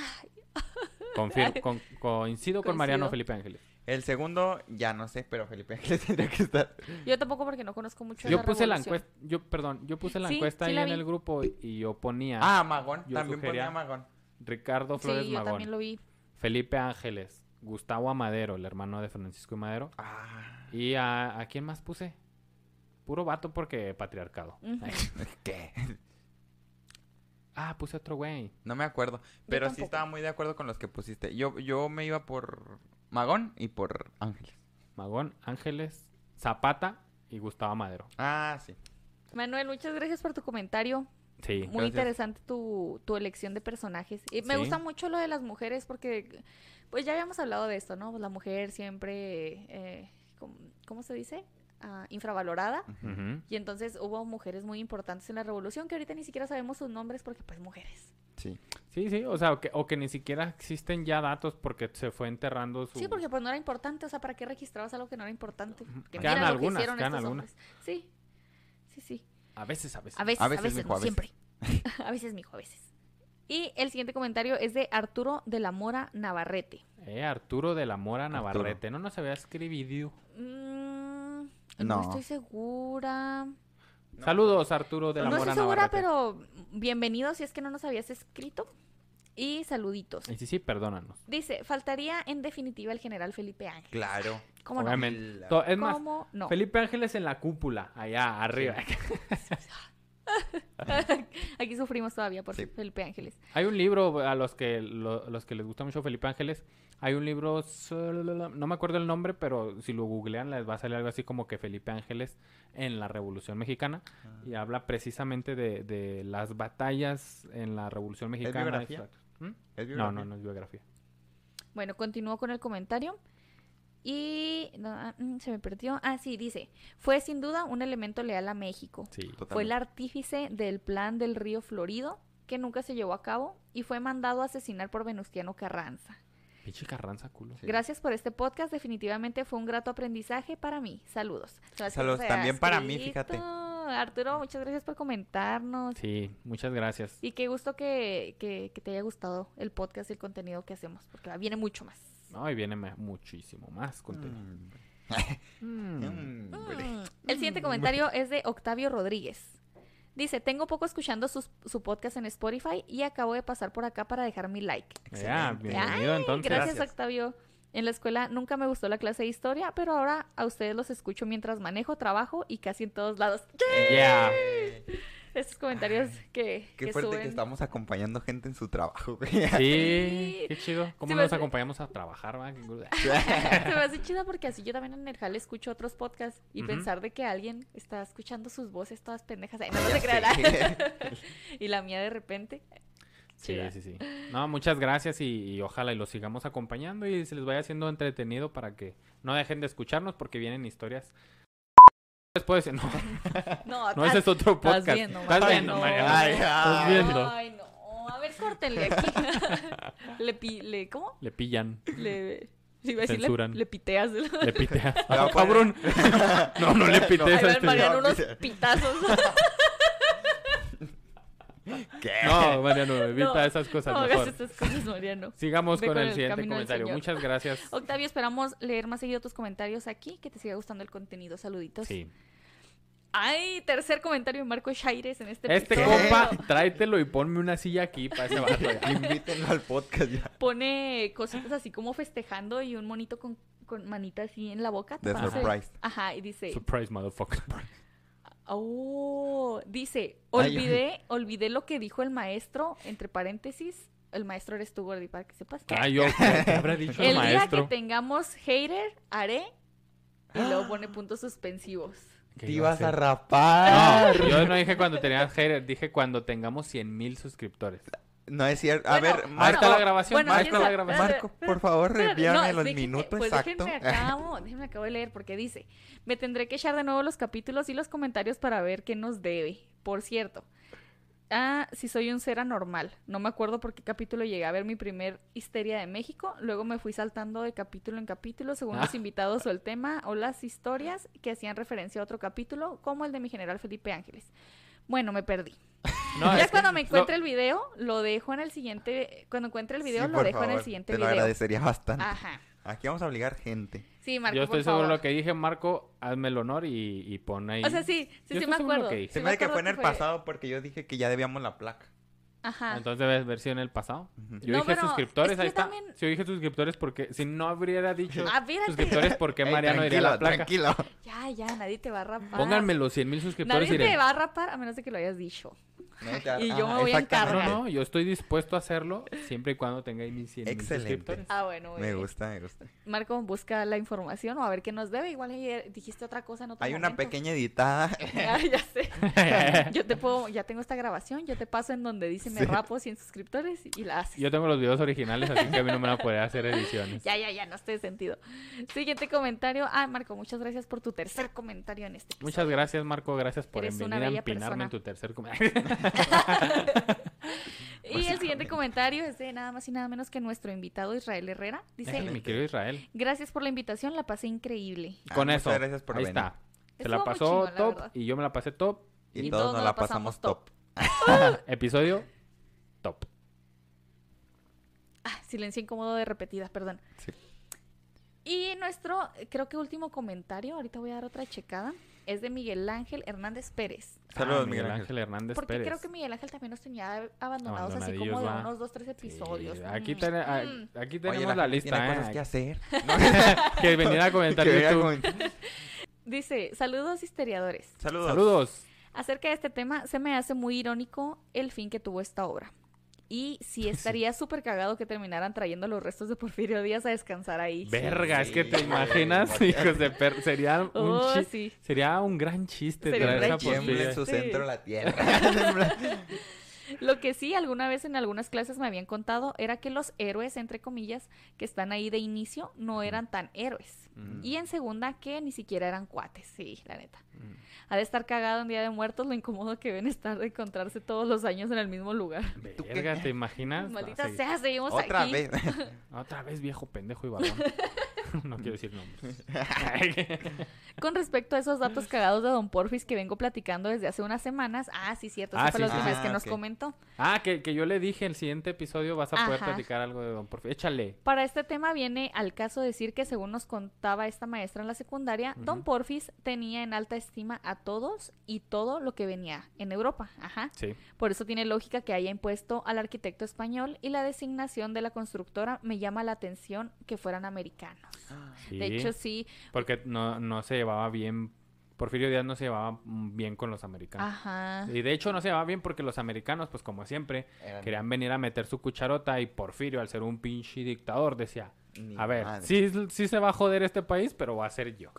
Speaker 3: [laughs]
Speaker 1: confir- con- coincido con Mariano
Speaker 3: Coincido.
Speaker 1: Felipe Ángeles.
Speaker 2: El segundo, ya no sé, pero Felipe Ángeles [laughs] tendría que estar.
Speaker 3: yo tampoco porque no conozco mucho de
Speaker 1: Yo puse la
Speaker 3: revolución.
Speaker 1: encuesta, yo, perdón, yo puse la
Speaker 3: Sí,
Speaker 1: encuesta
Speaker 3: sí
Speaker 1: ahí
Speaker 3: la
Speaker 1: en
Speaker 3: vi.
Speaker 1: el grupo y- y yo ponía
Speaker 2: Ah, Magón.
Speaker 1: Yo
Speaker 2: También
Speaker 1: sugería-
Speaker 2: ponía Magón.
Speaker 1: Ricardo Flores
Speaker 3: Sí, yo
Speaker 1: Magón,
Speaker 3: también lo vi.
Speaker 1: Felipe Ángeles, Gustavo Amadero, el hermano de Francisco Madero.
Speaker 2: Ah,
Speaker 1: ¿Y a, a quién más puse? Puro vato porque patriarcado.
Speaker 3: Ujú.
Speaker 2: ¿qué?
Speaker 1: ah, puse otro güey.
Speaker 2: No me acuerdo. Pero sí
Speaker 3: tampoco.
Speaker 2: estaba muy de acuerdo con los que pusiste. Yo, yo me iba por Magón y por Ángeles.
Speaker 1: Magón, Ángeles, Zapata y Gustavo Madero.
Speaker 2: Ah, sí.
Speaker 3: Manuel, muchas gracias por tu comentario.
Speaker 1: Sí.
Speaker 3: Muy
Speaker 2: gracias.
Speaker 3: interesante tu, tu elección de personajes. Y me
Speaker 1: Sí.
Speaker 3: gusta mucho lo de las mujeres porque, pues ya habíamos hablado de esto, ¿no? Pues la mujer siempre, eh, ¿cómo, cómo se dice? Ah, infravalorada.
Speaker 1: Ujú.
Speaker 3: Y entonces hubo mujeres muy importantes en la revolución que ahorita ni siquiera sabemos sus nombres porque pues mujeres.
Speaker 2: Sí.
Speaker 1: Sí, sí, o sea, o que, o que ni siquiera existen ya datos porque se fue enterrando su...
Speaker 3: Sí, porque pues no era importante, o sea, ¿para qué registrabas algo que no era importante? Que
Speaker 1: Quedan
Speaker 3: mira lo que
Speaker 1: algunas,
Speaker 3: hicieron
Speaker 1: quedan
Speaker 3: estos
Speaker 1: algunas.
Speaker 3: hombres. Sí, sí, sí.
Speaker 1: A veces, a veces.
Speaker 3: A veces, a veces,
Speaker 2: mijo,
Speaker 3: no,
Speaker 2: a veces. [laughs]
Speaker 3: siempre. a veces, mijo, a veces. Y el siguiente comentario es de Arturo de la Mora Navarrete.
Speaker 1: Eh, Arturo de la Mora
Speaker 2: Arturo.
Speaker 1: Navarrete. No nos había escribido.
Speaker 3: Mm, no.
Speaker 2: No.
Speaker 3: estoy segura.
Speaker 1: Saludos, Arturo de la
Speaker 3: no
Speaker 1: Mora
Speaker 3: estoy segura,
Speaker 1: Navarrete.
Speaker 3: pero bienvenido si es que no nos habías escrito. Y saluditos.
Speaker 1: Y sí, sí, perdónanos.
Speaker 3: Dice, faltaría en definitiva el general Felipe Ángel.
Speaker 2: Claro.
Speaker 3: ¿Cómo no?
Speaker 1: Obviamente.
Speaker 2: La-
Speaker 1: To- Es más,
Speaker 3: ¿Cómo no?
Speaker 1: Felipe Ángeles en la cúpula, allá arriba.
Speaker 3: [laughs] Aquí sufrimos todavía por
Speaker 2: Sí.
Speaker 3: Felipe Ángeles.
Speaker 1: [laughs] Hay un libro a los que lo- los que les gusta mucho Felipe Ángeles. Hay un libro, no me acuerdo el nombre, pero si lo googlean les va a salir algo así como que Felipe Ángeles en la Revolución Mexicana y habla precisamente de, de las batallas en la Revolución Mexicana.
Speaker 2: biografía?
Speaker 1: ¿Mm?
Speaker 2: ¿Es
Speaker 1: No,
Speaker 2: biografía?
Speaker 1: no, no es biografía.
Speaker 3: Bueno, continúo con el comentario. Y no, ah, mm, se me perdió. Ah, sí, dice, fue sin duda un elemento leal a México.
Speaker 1: Sí.
Speaker 3: Fue el
Speaker 2: Totalmente.
Speaker 3: artífice del plan del río Florido, que nunca se llevó a cabo, y fue mandado a asesinar por Venustiano Carranza.
Speaker 1: Pinche carranza, culo.
Speaker 2: Sí.
Speaker 3: Gracias por este podcast, definitivamente fue un grato aprendizaje para mí. Saludos. Gracias
Speaker 2: Saludos,
Speaker 3: por
Speaker 2: también
Speaker 3: haber
Speaker 2: para mí,
Speaker 3: escrito.
Speaker 2: fíjate.
Speaker 3: Arturo, muchas gracias por comentarnos.
Speaker 1: Sí, muchas gracias.
Speaker 3: Y qué gusto que, que- que te haya gustado el podcast y el contenido que hacemos, porque viene mucho más.
Speaker 1: No, y viene me- muchísimo más contenido.
Speaker 2: Mm.
Speaker 1: Mm.
Speaker 2: Mm.
Speaker 3: Mm. El siguiente comentario es de Octavio Rodríguez. Dice, tengo poco escuchando sus- su podcast en Spotify y acabo de pasar por acá para dejar mi like.
Speaker 1: Ya,
Speaker 2: Excelente.
Speaker 1: bienvenido entonces.
Speaker 3: Gracias,
Speaker 2: Gracias.
Speaker 3: Octavio. En la escuela nunca me gustó la clase de historia, pero ahora a ustedes los escucho mientras manejo, trabajo y casi en todos lados. [laughs]
Speaker 1: Ya.
Speaker 3: Estos comentarios que,
Speaker 2: Qué
Speaker 3: que
Speaker 2: fuerte
Speaker 3: suben.
Speaker 2: que estamos acompañando gente en su trabajo, güey.
Speaker 3: Sí.
Speaker 1: Sí, qué chido. ¿Cómo
Speaker 3: Sí,
Speaker 1: nos
Speaker 3: pues-
Speaker 1: acompañamos a trabajar, va? Qué cool.
Speaker 3: [laughs] Se me hace chida porque así yo también en el jale escucho otros podcasts y
Speaker 1: Ujú.
Speaker 3: pensar de que alguien está escuchando sus voces todas pendejas. Ay, no, no
Speaker 2: Ya
Speaker 3: se crean,
Speaker 2: sé.
Speaker 3: ¿ah? [laughs] y la mía de repente.
Speaker 1: [laughs] Sí,
Speaker 3: Chida.
Speaker 1: sí, sí. No, muchas gracias y, y ojalá y los sigamos acompañando y se les vaya haciendo entretenido para que no dejen de escucharnos porque vienen historias. Después, no,
Speaker 3: No,
Speaker 1: no ese es otro
Speaker 3: estás
Speaker 1: podcast.
Speaker 3: viendo,
Speaker 1: Estás
Speaker 3: Mariano.
Speaker 1: viendo, Mariano.
Speaker 2: Ay,
Speaker 1: Estás
Speaker 2: ay.
Speaker 1: viendo.
Speaker 3: Ay, no. A ver, córtenle aquí. [laughs] le, pi- le, ¿Cómo?
Speaker 1: Le pillan,
Speaker 3: Le, iba a decir, le-
Speaker 1: Censuran.
Speaker 3: le, piteas. [laughs]
Speaker 1: le piteas.
Speaker 2: Le va a
Speaker 1: Ah, [laughs] cabrón. [laughs]
Speaker 2: pues.
Speaker 1: No, no le piteas
Speaker 3: Ahí
Speaker 1: al
Speaker 3: van Mariano
Speaker 2: No,
Speaker 3: unos
Speaker 2: piteas.
Speaker 3: pitazos.
Speaker 1: [laughs]
Speaker 2: ¿Qué?
Speaker 1: No, Mariano, evita
Speaker 3: No,
Speaker 1: esas cosas
Speaker 3: no [laughs] hagas
Speaker 1: mejor.
Speaker 3: estas cosas, Mariano.
Speaker 1: Sigamos
Speaker 3: Ve
Speaker 1: con
Speaker 3: con
Speaker 1: el
Speaker 3: el
Speaker 1: siguiente
Speaker 3: camino del
Speaker 1: comentario.
Speaker 3: Señor.
Speaker 1: Muchas gracias.
Speaker 3: Octavio, esperamos leer más seguido tus comentarios aquí. Que te siga gustando el contenido. Saluditos.
Speaker 1: Sí.
Speaker 3: Ay, tercer comentario de Marco Shaires en este
Speaker 1: Este
Speaker 2: ¿Qué?
Speaker 3: episodio.
Speaker 1: [laughs] compa, tráetelo y ponme una silla aquí para ese vato. ya.
Speaker 2: Invítenlo al podcast ya.
Speaker 3: Pone cositas así como festejando y un monito con, con manita así en la boca.
Speaker 2: De
Speaker 3: tapándose.
Speaker 2: surprise.
Speaker 3: Ajá, y dice,
Speaker 1: Surprise, motherfucker.
Speaker 3: oh, dice,
Speaker 2: Ay,
Speaker 3: olvidé, olvidé lo que dijo el maestro, entre paréntesis, el maestro eres tú, Gordy, para que sepas.
Speaker 1: Ay, Ah,
Speaker 2: [laughs]
Speaker 1: yo, ¿qué habrá dicho el
Speaker 3: El día que
Speaker 1: maestro?
Speaker 3: tengamos hater, haré.
Speaker 2: [gasps]
Speaker 3: Y luego pone puntos suspensivos.
Speaker 1: ¿Qué
Speaker 2: Te
Speaker 1: iba a
Speaker 2: ibas a
Speaker 1: hacer?
Speaker 2: rapar.
Speaker 1: No, yo no dije cuando tenías haters, dije cuando tengamos 100 mil suscriptores.
Speaker 2: No es cierto. A
Speaker 3: Bueno,
Speaker 2: ver,
Speaker 3: bueno,
Speaker 1: Ahí
Speaker 2: Marco,
Speaker 1: está la grabación,
Speaker 3: bueno,
Speaker 1: ahí está
Speaker 3: esa-
Speaker 1: la grabación.
Speaker 2: Marco, por favor,
Speaker 3: Espérate, no,
Speaker 2: envíame los
Speaker 3: déjenme-
Speaker 2: minutos
Speaker 3: pues
Speaker 2: exactos.
Speaker 3: Déjenme
Speaker 2: [laughs]
Speaker 3: acabo, déjenme acabo de leer porque dice, me tendré que echar de nuevo los capítulos y los comentarios para ver qué nos debe. Por cierto, ah, si soy un ser anormal, no me acuerdo por qué capítulo llegué a ver mi primer Histeria de México, luego me fui saltando de capítulo en capítulo según los
Speaker 1: Ah.
Speaker 3: invitados o el tema o las historias que hacían referencia a otro capítulo, como el de mi general Felipe Ángeles. Bueno, me perdí.
Speaker 1: No,
Speaker 3: ya
Speaker 1: es que-
Speaker 3: cuando me
Speaker 1: no,
Speaker 3: encuentre el video, lo dejo en el siguiente, cuando encuentre el video,
Speaker 2: Sí,
Speaker 3: lo
Speaker 2: por
Speaker 3: dejo en el
Speaker 2: favor,
Speaker 3: siguiente
Speaker 2: Te lo
Speaker 3: video. Ah.
Speaker 2: agradecería bastante.
Speaker 3: Ajá.
Speaker 2: Aquí vamos a obligar gente.
Speaker 3: Sí, Marco,
Speaker 1: yo estoy
Speaker 3: por
Speaker 1: seguro de
Speaker 3: favor.
Speaker 1: lo que dije, Marco, hazme el honor y, y pon ahí.
Speaker 3: O sea, sí,
Speaker 1: Yo
Speaker 3: sí, sí
Speaker 1: estoy
Speaker 3: me
Speaker 1: seguro
Speaker 3: acuerdo.
Speaker 1: que hice.
Speaker 3: sí
Speaker 2: Se
Speaker 3: me
Speaker 2: me hace que
Speaker 3: acuerdo
Speaker 2: fue en el
Speaker 3: que
Speaker 2: pasado porque yo dije que ya debíamos la placa.
Speaker 3: Ajá.
Speaker 1: Entonces debes haber sido en el pasado. Yo
Speaker 3: No,
Speaker 1: dije
Speaker 3: bueno,
Speaker 1: suscriptores,
Speaker 3: es que
Speaker 1: ahí
Speaker 3: yo
Speaker 1: está.
Speaker 3: también-
Speaker 1: Si yo dije suscriptores, porque si no habría dicho
Speaker 3: Ah, espérate.
Speaker 1: suscriptores, ¿por qué
Speaker 2: Ey,
Speaker 1: Mariano diría la placa?
Speaker 2: Tranquilo.
Speaker 3: [laughs] Ya, ya, nadie te va a rapar.
Speaker 1: Pónganme los 100 mil suscriptores
Speaker 3: Nadie
Speaker 1: y iré.
Speaker 3: te va a rapar a menos de que lo hayas dicho.
Speaker 2: No, ya-
Speaker 3: [laughs] Y yo me
Speaker 2: ajá,
Speaker 3: voy a
Speaker 2: Ah, exactamente.
Speaker 1: No, no, yo estoy dispuesto a hacerlo siempre y cuando tenga ahí mis 100 mil
Speaker 2: Excelente.
Speaker 1: suscriptores.
Speaker 3: Ah, bueno, muy
Speaker 2: Me
Speaker 3: bien.
Speaker 2: gusta, me gusta.
Speaker 3: Marco, busca la información o a ver qué nos debe. Igual ayer dijiste otra cosa en otro
Speaker 2: Hay una
Speaker 3: momento.
Speaker 2: pequeña editada.
Speaker 3: [laughs] Ya, ya
Speaker 1: [laughs]
Speaker 3: sé. Yo te puedo, ya tengo esta grabación, yo te paso en donde dice me
Speaker 2: Sí.
Speaker 3: rapo 100 suscriptores y la haces.
Speaker 1: Yo tengo los videos originales, así que a mí no me van a poder hacer ediciones.
Speaker 3: [laughs] Ya, ya, ya, no estoy de sentido. Siguiente comentario. Ah, Marco, muchas gracias por tu tercer comentario en este episodio.
Speaker 1: Muchas gracias, Marco. Gracias por
Speaker 3: Eres
Speaker 1: venir
Speaker 3: una
Speaker 1: a
Speaker 3: bella
Speaker 1: empinarme
Speaker 3: persona.
Speaker 1: en tu tercer comentario. Pues
Speaker 3: Y el siguiente comentario es de nada más y nada menos que nuestro invitado Israel Herrera.
Speaker 1: [laughs] Ay,
Speaker 3: Dice,
Speaker 1: mi querido Israel.
Speaker 3: gracias por la invitación, la pasé increíble.
Speaker 2: Ah,
Speaker 1: Con
Speaker 2: muchas
Speaker 1: eso.
Speaker 2: gracias por
Speaker 1: ahí
Speaker 2: venir.
Speaker 1: está. Se
Speaker 3: Estuvo
Speaker 1: la
Speaker 3: muy
Speaker 1: pasó
Speaker 3: chingón, la
Speaker 1: top
Speaker 3: verdad.
Speaker 1: y yo me la pasé
Speaker 3: [laughs]
Speaker 1: top.
Speaker 2: Y, todos nos la pasamos top.
Speaker 1: Ah, Episodio top.
Speaker 3: Ah, silencio incómodo de repetida, perdón.
Speaker 2: Sí.
Speaker 3: Y nuestro, eh, creo que último comentario, ahorita voy a dar otra checada, es de Miguel Ángel Hernández Pérez.
Speaker 2: Saludos,
Speaker 1: Ah,
Speaker 2: Miguel Ángel.
Speaker 1: Hernández
Speaker 3: Porque
Speaker 1: Pérez.
Speaker 3: creo que Miguel Ángel también nos tenía abandonados así como
Speaker 1: Abandonadillos,
Speaker 3: de
Speaker 1: va.
Speaker 3: unos dos, tres
Speaker 1: Sí,
Speaker 3: episodios.
Speaker 1: Aquí,
Speaker 3: Mm,
Speaker 1: ten- ah, a-
Speaker 3: mm.
Speaker 1: aquí
Speaker 2: Oye,
Speaker 1: tenemos la,
Speaker 2: gente
Speaker 1: lista,
Speaker 2: Tiene
Speaker 1: ¿eh?
Speaker 2: cosas que
Speaker 1: [laughs]
Speaker 2: hacer.
Speaker 1: que venir a comentar
Speaker 2: [laughs] Que vea
Speaker 1: YouTube.
Speaker 2: con-
Speaker 3: Dice, saludos historiadores.
Speaker 2: Saludos.
Speaker 1: Saludos.
Speaker 3: Acerca de este tema, se me hace muy irónico el fin que tuvo esta obra. Y
Speaker 1: [laughs]
Speaker 3: sí estaría súper cagado que terminaran trayendo los restos de Porfirio Díaz a descansar ahí.
Speaker 1: Verga, es que te
Speaker 2: Sí.
Speaker 1: imaginas, hijos de per... Sería un,
Speaker 3: Oh,
Speaker 1: chi-
Speaker 3: sí.
Speaker 1: sería un gran chiste
Speaker 3: Sería un
Speaker 1: traer
Speaker 3: gran
Speaker 1: esa
Speaker 3: chiste.
Speaker 2: Tiembla
Speaker 1: posibilidad.
Speaker 2: en su
Speaker 3: Sí.
Speaker 2: centro la [laughs] tierra.
Speaker 3: Lo que sí, alguna vez en algunas clases me habían contado era que los héroes, entre comillas, que están ahí de inicio, no eran tan héroes.
Speaker 1: Ujú.
Speaker 3: Y en segunda, que ni siquiera eran cuates. Sí, la neta.
Speaker 1: Mm.
Speaker 3: Ha de estar cagado en Día de Muertos lo incómodo que ven estar de encontrarse todos los años en el mismo lugar.
Speaker 2: ¿Tú qué?
Speaker 1: Verga, ¿te imaginas?
Speaker 3: [laughs] Maldita
Speaker 1: Ah, sí.
Speaker 3: sea, seguimos
Speaker 2: Otra
Speaker 3: aquí.
Speaker 2: vez.
Speaker 3: [laughs]
Speaker 1: Otra vez viejo pendejo y varón. no quiero decir nombres.
Speaker 3: Con respecto a esos datos cagados de Don Porfis que vengo platicando desde hace unas semanas. Ah, sí, cierto. Esa
Speaker 1: Ah,
Speaker 3: fue
Speaker 1: sí,
Speaker 3: la
Speaker 1: sí,
Speaker 3: última
Speaker 2: sí.
Speaker 3: vez que
Speaker 2: Ah,
Speaker 3: nos
Speaker 2: ok.
Speaker 3: comentó.
Speaker 1: Ah, que, que yo le dije, el siguiente episodio vas a poder
Speaker 3: Ajá.
Speaker 1: platicar algo de Don Porfirio. Échale.
Speaker 3: Para este tema viene al caso decir que según nos contaba esta maestra en la secundaria, Don
Speaker 1: Ujú.
Speaker 3: Porfis tenía en alta estima a todos y todo lo que venía en Europa. Ajá.
Speaker 1: Sí.
Speaker 3: Por eso tiene lógica que haya impuesto al arquitecto español y la designación de la constructora me llama la atención que fueran americanos. De
Speaker 1: Sí,
Speaker 3: hecho, sí.
Speaker 1: Porque no, no se llevaba bien. Porfirio Díaz no se llevaba mm, bien con los americanos.
Speaker 3: Ajá.
Speaker 1: Y de hecho no se llevaba bien porque los americanos, pues como siempre,
Speaker 2: Eran
Speaker 1: querían venir a meter su cucharota y Porfirio, al ser un pinche dictador, decía,
Speaker 2: ni
Speaker 1: a ver,
Speaker 2: madre.
Speaker 1: sí, sí se va a joder este país, pero va a ser yo.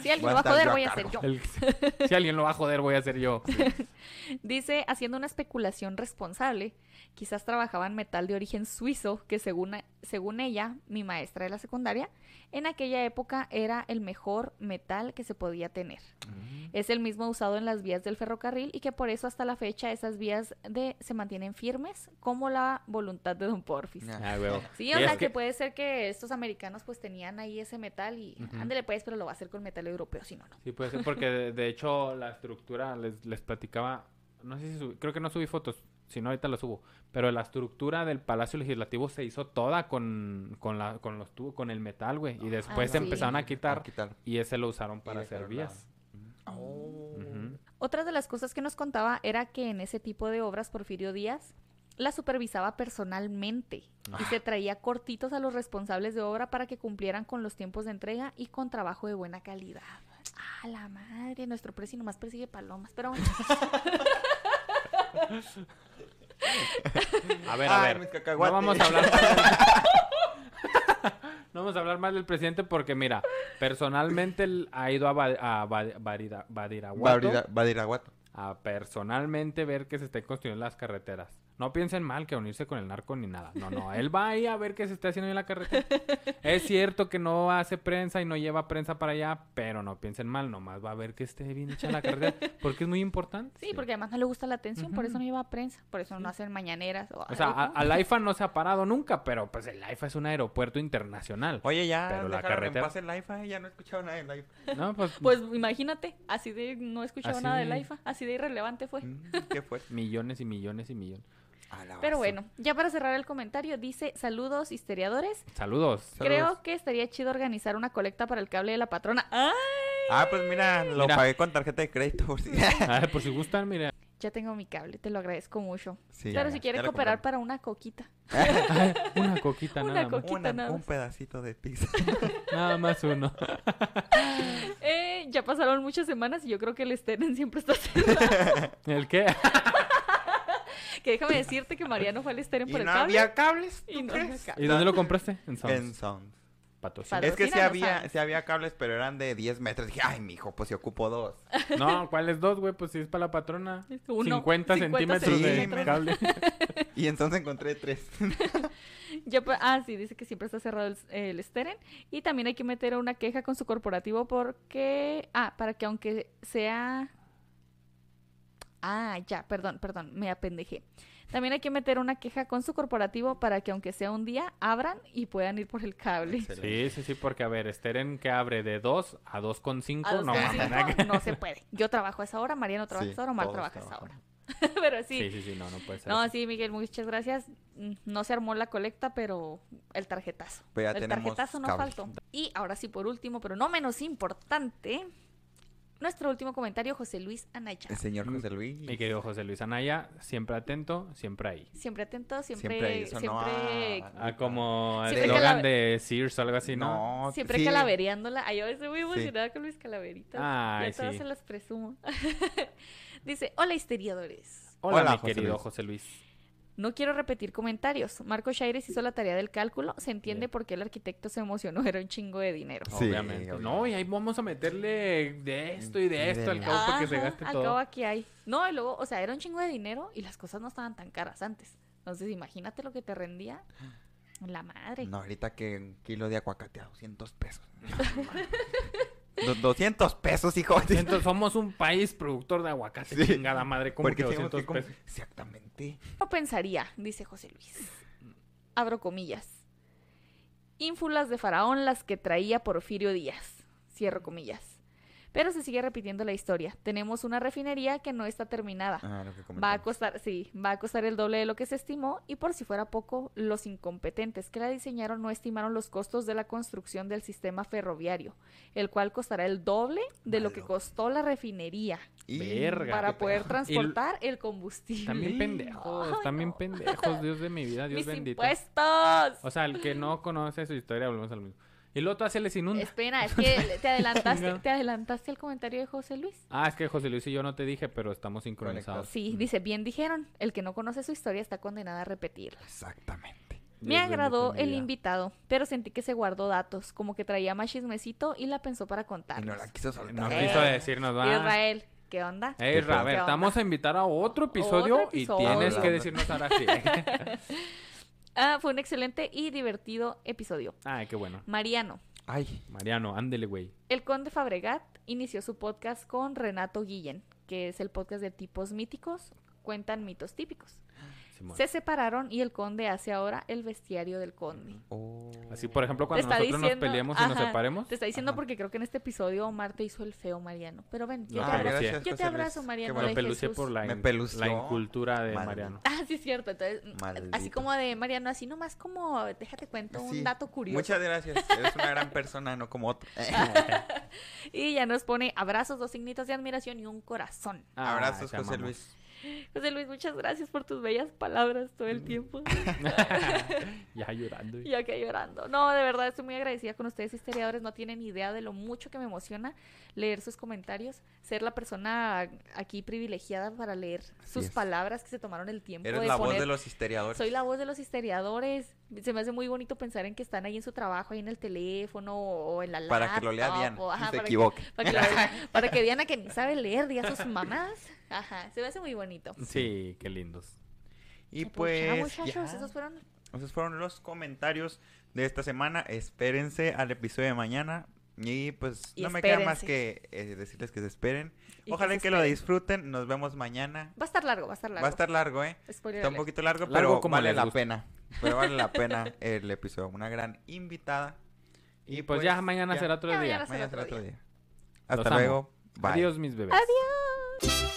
Speaker 3: Si
Speaker 2: Voy
Speaker 3: alguien lo
Speaker 2: a
Speaker 3: va a
Speaker 2: estar
Speaker 3: joder,
Speaker 2: yo a
Speaker 3: voy a ser yo.
Speaker 2: cargo.
Speaker 1: El- si alguien lo va a joder, voy a ser yo.
Speaker 3: Dice, haciendo una especulación responsable, quizás trabajaban metal de origen suizo, que según, según ella, mi maestra de la secundaria, en aquella época era el mejor metal que se podía tener.
Speaker 1: Mm.
Speaker 3: Es el mismo usado en las vías del ferrocarril y que por eso hasta la fecha esas vías de, se mantienen firmes como la voluntad de don Porfis.
Speaker 2: Ya.
Speaker 1: Ah, huevo.
Speaker 3: Sí,
Speaker 1: Y
Speaker 3: o
Speaker 1: es
Speaker 3: sea, que...
Speaker 1: que-
Speaker 3: puede ser que estos americanos pues tenían ahí ese metal y
Speaker 1: Ujú.
Speaker 3: ándele pues, pero lo va a hacer con metal europeo, si no, no.
Speaker 1: Sí, puede ser porque de, de hecho la estructura, les, les platicaba, no sé si subí, creo que no subí fotos, si no ahorita lo subo, pero la estructura del Palacio Legislativo se hizo toda con, con, la, con los tubos, con el metal, güey, y después
Speaker 3: Ah,
Speaker 1: se
Speaker 3: sí.
Speaker 1: empezaron a quitar
Speaker 2: A quitar.
Speaker 1: y ese lo usaron
Speaker 2: Y
Speaker 1: para hacer
Speaker 2: dejaron
Speaker 1: vías.
Speaker 2: la- Oh.
Speaker 1: Ujú.
Speaker 3: Otra de las cosas que nos contaba era que en ese tipo de obras Porfirio Díaz la supervisaba personalmente y
Speaker 1: Ah.
Speaker 3: se traía cortitos a los responsables de obra para que cumplieran con los tiempos de entrega y con trabajo de buena calidad. Ah, la madre, nuestro presi nomás persigue palomas, pero bueno.
Speaker 1: A ver, a
Speaker 2: Ay,
Speaker 1: ver.
Speaker 2: mis
Speaker 1: No
Speaker 2: cacahuates.
Speaker 1: vamos a hablar. No vamos a hablar más del presidente porque, mira, personalmente él ha ido a, Ba- a Ba- Barida- Badiraguato
Speaker 2: Badira- Badiraguato.
Speaker 1: a personalmente ver que se estén construyendo las carreteras. No piensen mal que unirse con el narco ni nada. No, no, él va ahí a ver que se está haciendo bien la
Speaker 3: [laughs]
Speaker 1: carretera. es cierto que no hace prensa y no lleva prensa para allá, pero no piensen mal, nomás va a ver que esté bien hecha la carretera porque es muy importante.
Speaker 3: Sí, porque además no le gusta la atención, por eso no
Speaker 1: Ujú.
Speaker 3: lleva prensa, por eso no hacen mañaneras.
Speaker 1: O sea, ah, a-
Speaker 3: algo.
Speaker 1: al AIFA no se ha parado nunca, pero pues el AIFA es un aeropuerto internacional.
Speaker 2: Oye, ya
Speaker 1: Pero la
Speaker 2: dejaron en
Speaker 1: carretera-
Speaker 2: paz el IFA, ya no he escuchado nada del IFA.
Speaker 1: No, pues,
Speaker 3: Pues imagínate, así de no he escuchado
Speaker 1: Así
Speaker 3: nada
Speaker 1: de-
Speaker 3: del AIFA, así de irrelevante fue.
Speaker 2: Mm, ¿Qué fue?
Speaker 1: millones y millones y millones.
Speaker 2: A la basura.
Speaker 3: Pero bueno, ya para cerrar el comentario, dice saludos historiadores. [laughs]
Speaker 1: Saludos.
Speaker 2: Saludos.
Speaker 3: Creo que estaría chido organizar una colecta para el cable de la patrona. ¡Ay!
Speaker 2: Ah, pues mira, lo
Speaker 1: Mira.
Speaker 2: pagué con tarjeta de crédito. Por si... [laughs]
Speaker 1: Ah, por si gustan,
Speaker 3: [laughs]
Speaker 1: mira.
Speaker 3: Ya tengo mi cable, te lo agradezco mucho.
Speaker 2: Sí,
Speaker 3: claro,
Speaker 2: ya,
Speaker 3: si
Speaker 2: ya
Speaker 3: quieren
Speaker 2: lo
Speaker 3: cooperar
Speaker 2: compré.
Speaker 3: para una coquita.
Speaker 1: Una coquita
Speaker 3: Una
Speaker 1: nada
Speaker 3: co- Poquito
Speaker 2: Una-
Speaker 3: nada
Speaker 2: un
Speaker 3: más.
Speaker 2: pedacito de pizza.
Speaker 1: más. Nada más uno.
Speaker 3: Eh, ya pasaron muchas semanas y yo creo que el Steren siempre está...
Speaker 1: ¿El qué?
Speaker 3: [laughs] que déjame decirte que Mariano fue al Steren
Speaker 2: y
Speaker 3: por el
Speaker 2: no
Speaker 3: cable.
Speaker 2: había cables.
Speaker 3: Y
Speaker 2: ¿tú
Speaker 3: no
Speaker 2: crees?
Speaker 3: había cables.
Speaker 1: ¿Y dónde lo compraste? En Sam's.
Speaker 2: En Sounds.
Speaker 1: Patrocinio.
Speaker 3: Padre.
Speaker 2: Es que sí
Speaker 3: Patrocínanos,
Speaker 2: había,
Speaker 3: Sounds.
Speaker 2: sí había cables, pero eran de 10 metros. Dije, ay, mijo, pues si ocupo
Speaker 3: [laughs]
Speaker 2: dos.
Speaker 1: No, ¿cuáles dos, güey? Pues si es para la patrona.
Speaker 3: Uno,
Speaker 1: 50, centímetros de
Speaker 2: centímetros.
Speaker 1: cable.
Speaker 2: Y entonces encontré
Speaker 3: [laughs]
Speaker 2: tres.
Speaker 3: Ya pa- ah, sí, dice que siempre está cerrado el, el Steren. Y también hay que meter una queja con su corporativo porque... Ah, para que aunque sea... Ah, ya, perdón, perdón, me apendejé. También hay que meter una queja con su corporativo para que aunque sea un día, abran y puedan ir por el cable.
Speaker 1: Sí, sí, sí, porque a ver, Steren que abre de 2 a 2,5.
Speaker 3: A
Speaker 1: No,
Speaker 3: los
Speaker 1: mames.
Speaker 3: 25 no se puede. Yo trabajo a esa hora, Mariano trabaja a
Speaker 2: Sí,
Speaker 3: esa hora, Omar
Speaker 2: todos
Speaker 3: trabaja a esa hora. [laughs]
Speaker 2: trabajan.
Speaker 3: Pero sí.
Speaker 1: Sí, sí, sí, no, no puede ser.
Speaker 3: No,
Speaker 1: así.
Speaker 3: sí, Miguel, muchas gracias. Mm, No se armó la colecta, pero el tarjetazo.
Speaker 2: Pero ya
Speaker 3: el
Speaker 2: tenemos
Speaker 3: tarjetazo no
Speaker 2: cable.
Speaker 3: faltó. Y ahora sí, por último, pero no menos importante, nuestro último comentario, José Luis Anaya.
Speaker 2: El señor José Luis.
Speaker 1: Mm, Mi querido José Luis Anaya, siempre atento, siempre ahí.
Speaker 3: Siempre atento, siempre,
Speaker 2: Siempre ahí,
Speaker 3: siempre,
Speaker 2: eso no, ah.
Speaker 1: Ah, como el
Speaker 3: Siempre que
Speaker 1: eslogan
Speaker 3: la-
Speaker 1: de Sears o algo así, ¿no?
Speaker 3: siempre
Speaker 2: ah, sí.
Speaker 3: calavereándola. Ay, yo estoy muy
Speaker 2: Sí.
Speaker 3: emocionada con mis calaveritas.
Speaker 1: Ay,
Speaker 3: ya todas
Speaker 1: sí.
Speaker 3: se las presumo. [laughs] Dice, hola histeriadores.
Speaker 1: Hola,
Speaker 2: Hola,
Speaker 1: mi
Speaker 2: José
Speaker 1: querido
Speaker 2: Luis.
Speaker 1: José Luis.
Speaker 3: No quiero repetir comentarios. Marco Shaires hizo la tarea del cálculo. Se entiende
Speaker 1: Bien.
Speaker 3: por qué el arquitecto se emocionó. Era un chingo de dinero.
Speaker 2: Sí,
Speaker 1: obviamente.
Speaker 2: obviamente.
Speaker 1: No, y ahí vamos a meterle de esto y de
Speaker 2: Y
Speaker 1: esto
Speaker 2: de
Speaker 1: al
Speaker 2: la-
Speaker 1: cabo para que se
Speaker 3: Ajá,
Speaker 1: gaste
Speaker 3: al
Speaker 1: todo.
Speaker 3: cabo aquí hay. No, y luego, o sea, era un chingo de dinero y las cosas no estaban tan caras antes. Entonces, imagínate lo que te rendía. La madre.
Speaker 2: No, ahorita que un kilo de aguacate a 200
Speaker 3: [laughs]
Speaker 2: pesos. Do- 200 pesos, hijo.
Speaker 1: Entonces, somos un país productor de aguacate,
Speaker 2: Sí.
Speaker 1: chingada madre, como
Speaker 2: Porque
Speaker 1: que
Speaker 2: tenemos
Speaker 1: 200
Speaker 2: que comer-
Speaker 1: pesos.
Speaker 2: Exactamente.
Speaker 3: No pensaría, dice José Luis. Abro comillas. Ínfulas de faraón las que traía Porfirio Díaz. Cierro comillas. Pero se sigue repitiendo la historia. Tenemos una refinería que no está terminada.
Speaker 2: Ah, lo que
Speaker 3: Va
Speaker 2: comentamos.
Speaker 3: a costar, sí, va a costar el doble de lo que se estimó y por si fuera poco, los incompetentes que la diseñaron no estimaron los costos de la construcción del sistema ferroviario, el cual costará el doble de lo que
Speaker 2: Malo.
Speaker 3: costó la refinería
Speaker 2: Y-
Speaker 1: Verga.
Speaker 3: para poder transportar
Speaker 1: También
Speaker 3: el [laughs] combustible.
Speaker 1: pendejos,
Speaker 3: Ay,
Speaker 1: también
Speaker 3: no.
Speaker 1: pendejos, Dios de mi vida, Dios
Speaker 3: Mis
Speaker 1: bendito.
Speaker 3: impuestos.
Speaker 1: O sea, el que no conoce su historia, volvemos al mismo. Y luego todavía se les inunda.
Speaker 3: Espera,
Speaker 1: [laughs]
Speaker 3: es que te adelantaste,
Speaker 1: Chingado.
Speaker 3: te adelantaste al comentario de José Luis.
Speaker 1: Ah, es que José Luis y yo no te dije, pero estamos sincronizados.
Speaker 3: Sí, dice, bien dijeron, el que no conoce su historia está condenado a repetirla.
Speaker 2: Exactamente.
Speaker 3: Me
Speaker 1: Dios
Speaker 3: agradó
Speaker 1: bendito mi
Speaker 3: el
Speaker 1: vida.
Speaker 3: invitado, pero sentí que se guardó datos, como que traía más chismecito y la pensó para
Speaker 2: Y no
Speaker 3: contarnos.
Speaker 2: la quiso soltar.
Speaker 1: No
Speaker 3: Eh.
Speaker 1: quiso decirnos, va.
Speaker 3: Israel, ¿qué onda?
Speaker 1: Eh, Ra, a
Speaker 2: ¿Qué
Speaker 1: ver,
Speaker 3: onda?
Speaker 1: te vamos a invitar a otro episodio,
Speaker 3: Otro
Speaker 1: y
Speaker 3: episodio.
Speaker 1: tienes que
Speaker 2: Hablando.
Speaker 1: decirnos ahora
Speaker 2: [laughs]
Speaker 1: sí.
Speaker 3: Ah, fue un excelente y divertido episodio.
Speaker 1: Ay, qué bueno.
Speaker 3: Mariano,
Speaker 2: Ay,
Speaker 1: Mariano, ándele, güey.
Speaker 3: el conde Fabregat inició su podcast con Renato Guillén, que es el podcast de tipos míticos, cuentan mitos típicos.
Speaker 1: Simón.
Speaker 3: Se separaron y el conde hace ahora el bestiario del conde.
Speaker 2: oh.
Speaker 1: Así, por ejemplo,
Speaker 3: Te
Speaker 1: cuando
Speaker 3: está
Speaker 1: nosotros nos
Speaker 3: diciendo-
Speaker 1: peleemos y nos
Speaker 3: ajá,
Speaker 1: separemos.
Speaker 3: Te está diciendo porque creo que en este episodio Omar te hizo el feo, Mariano. Pero ven,
Speaker 1: No,
Speaker 3: yo te
Speaker 1: pero
Speaker 3: abrazo.
Speaker 1: gracias,
Speaker 3: yo te
Speaker 2: José Luis.
Speaker 3: abrazo,
Speaker 2: Qué
Speaker 3: Mariano,
Speaker 1: Lo
Speaker 3: Ay,
Speaker 2: bueno.
Speaker 1: pelucié
Speaker 3: Jesús.
Speaker 1: por la,
Speaker 2: Me
Speaker 1: in-
Speaker 2: pelució.
Speaker 1: la incultura de
Speaker 2: Maldito.
Speaker 1: Mariano.
Speaker 3: Ah, sí, es cierto. Entonces, mm, así
Speaker 2: Maldito.
Speaker 3: como de Mariano, así nomás como, déjate cuento
Speaker 2: Sí.
Speaker 3: un dato curioso.
Speaker 2: Muchas gracias. Eres una gran persona, no como otro.
Speaker 1: Ah,
Speaker 2: [laughs]
Speaker 3: Y ya nos pone abrazos, dos signitos de admiración y un corazón.
Speaker 1: Ah,
Speaker 2: Abrazos,
Speaker 1: te
Speaker 2: José
Speaker 1: amamos.
Speaker 2: Luis.
Speaker 3: José Luis, muchas gracias por tus bellas palabras todo el tiempo.
Speaker 1: [laughs] ya llorando.
Speaker 3: [laughs] Y acá llorando. No, de verdad, estoy muy agradecida con ustedes, historiadores. No tienen idea de lo mucho que me emociona leer sus comentarios, ser la persona aquí privilegiada para leer sus
Speaker 2: es.
Speaker 3: palabras que se tomaron el tiempo
Speaker 2: Eres
Speaker 3: de
Speaker 2: la voz
Speaker 3: Pues, poner
Speaker 2: de los historiadores.
Speaker 3: Soy la voz de los historiadores. Se me hace muy bonito pensar en que están ahí en su trabajo, ahí en el teléfono o en la
Speaker 2: Para que lo lea
Speaker 3: laptop,
Speaker 2: Diana
Speaker 3: o- ajá,
Speaker 2: y se
Speaker 3: para que-
Speaker 2: equivoque.
Speaker 3: para, que
Speaker 2: [laughs]
Speaker 3: lo- para que Diana, que ni sabe leer, diga sus mamás. Ajá, se me hace muy bonito.
Speaker 1: Sí, qué lindos.
Speaker 2: Y
Speaker 3: ya,
Speaker 2: pues.
Speaker 3: Ah, muchachos,
Speaker 2: ya.
Speaker 3: esos fueron
Speaker 2: Esos fueron los comentarios de esta semana. Espérense al episodio de mañana. Y pues
Speaker 3: Y
Speaker 2: no me queda
Speaker 3: espérense.
Speaker 2: más que eh, decirles que se esperen.
Speaker 3: Y que
Speaker 2: Ojalá
Speaker 3: se
Speaker 2: que, lo
Speaker 3: esperen.
Speaker 2: disfruten. Nos vemos mañana.
Speaker 3: Va a estar largo, va a estar largo.
Speaker 2: Va a estar largo, ¿eh?
Speaker 3: Spoiler
Speaker 2: Está un
Speaker 3: alert.
Speaker 2: poquito largo,
Speaker 1: Largo
Speaker 2: pero
Speaker 1: como
Speaker 2: vale
Speaker 1: les
Speaker 2: la
Speaker 1: gusta.
Speaker 2: pena. Pero vale
Speaker 1: [laughs]
Speaker 2: la pena el episodio. Una gran invitada.
Speaker 1: Y, pues, ya mañana será otro
Speaker 3: Ya
Speaker 1: día.
Speaker 3: mañana será
Speaker 2: Mañana será
Speaker 3: otro
Speaker 2: otro día.
Speaker 1: Los
Speaker 2: Hasta
Speaker 1: amo.
Speaker 2: luego. Bye.
Speaker 1: Adiós, mis bebés.
Speaker 3: Adiós.